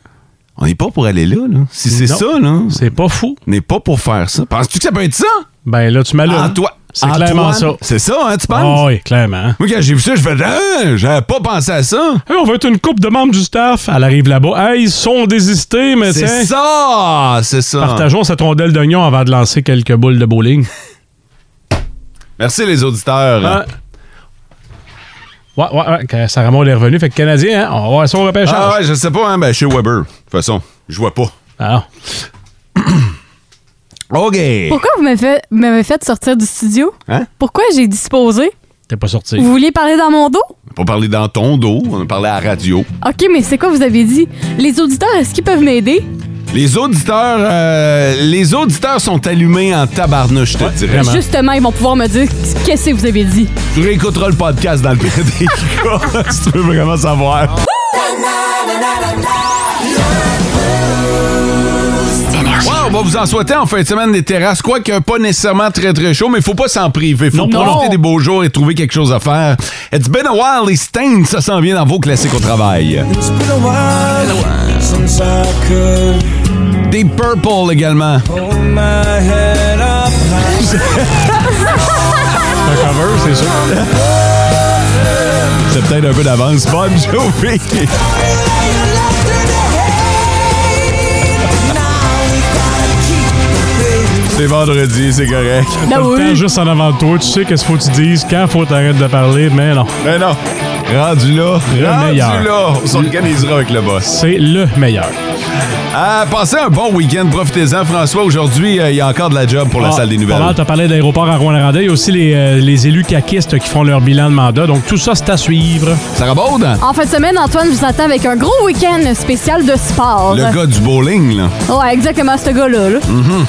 On n'est pas pour aller là, là. Si c'est Non. ça, là. C'est pas fou. On n'est pas pour faire ça. Penses-tu que ça peut être ça? Ben là, tu m'allumes. Antoine. C'est clairement ça. Antoine, C'est ça, hein, tu penses? Ah oui, clairement. Moi, quand j'ai vu ça, je fais Ah, j'avais pas pensé à ça. Hey, on va être une coupe de membres du staff. Elle arrive là-bas. Hey, ils sont désistés, mais C'est tiens, ça! C'est ça. Partageons cette rondelle d'oignon avant de lancer quelques boules de bowling. Merci, les auditeurs. Ah. Ouais, ouais, ouais. Quand Sarah Maud est revenue, fait que Canadien, hein, on va voir ça au repêchage. Ah ouais, je sais pas, hein, ben, chez Weber. De toute façon, je vois pas. Ah. OK. Pourquoi vous m'avez fait, m'avez fait sortir du studio? Hein? Pourquoi j'ai disposé? T'es pas sorti. Vous vouliez parler dans mon dos? On a pas parlé dans ton dos, on a parlé à la radio. OK, mais c'est quoi vous avez dit? Les auditeurs, est-ce qu'ils peuvent m'aider? Les auditeurs, euh, les auditeurs sont allumés en tabarnouche, je te dirais. Justement, ils vont pouvoir me dire qu'est-ce que vous avez dit. Tu réécouteras le podcast dans le PD, si tu veux vraiment savoir. Ouais, on va vous en souhaiter en fin de semaine des terrasses, quoique pas nécessairement très très chaud, mais faut pas s'en priver. Faut Non. profiter des beaux jours et trouver quelque chose à faire. It's been a while, les Stains, ça s'en vient dans vos classiques au travail. It's been a while since I could Des Purple également. hold my head up high. cover, c'est sûr. C'est peut-être un peu d'avance. Bonne journée. C'est vendredi, c'est correct. T'as le Ben temps juste en avant de toi, tu sais qu'est-ce qu'il faut que tu dises, quand faut t'arrêter de parler, mais non. Mais non. Rendu là, Le rendu meilleur. là, on s'organisera avec le boss. C'est le meilleur. Ah, passez un bon week-end, profitez-en. François, aujourd'hui, euh, il y a encore de la job pour la Ah, salle des nouvelles. Pas mal, t'as parlé de l'aéroport à Rouen-Noranda. Il y a aussi les, euh, les élus caquistes qui font leur bilan de mandat. Donc, tout ça, c'est à suivre. Ça rabaude? hein? En fin de semaine, Antoine vous attend avec un gros week-end spécial de sport. Le gars du bowling, là. Ouais, exactement, ce gars-là. là. Mhm.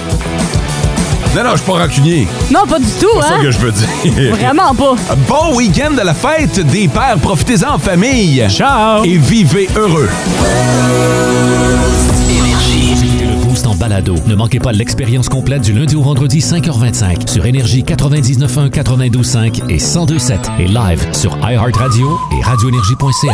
Non, non, je suis pas rancunier. Non, pas du tout, C'est ça hein? que je veux dire. Vraiment pas. Bon week-end de la fête des pères. Profitez-en en famille. Ciao. Et vivez heureux. Écoutez le Boost en balado. Ne manquez pas l'expérience complète du lundi au vendredi 5h25 sur Énergie 99.1, 92.5 et 102.7 et live sur iHeartRadio et radioénergie.ca.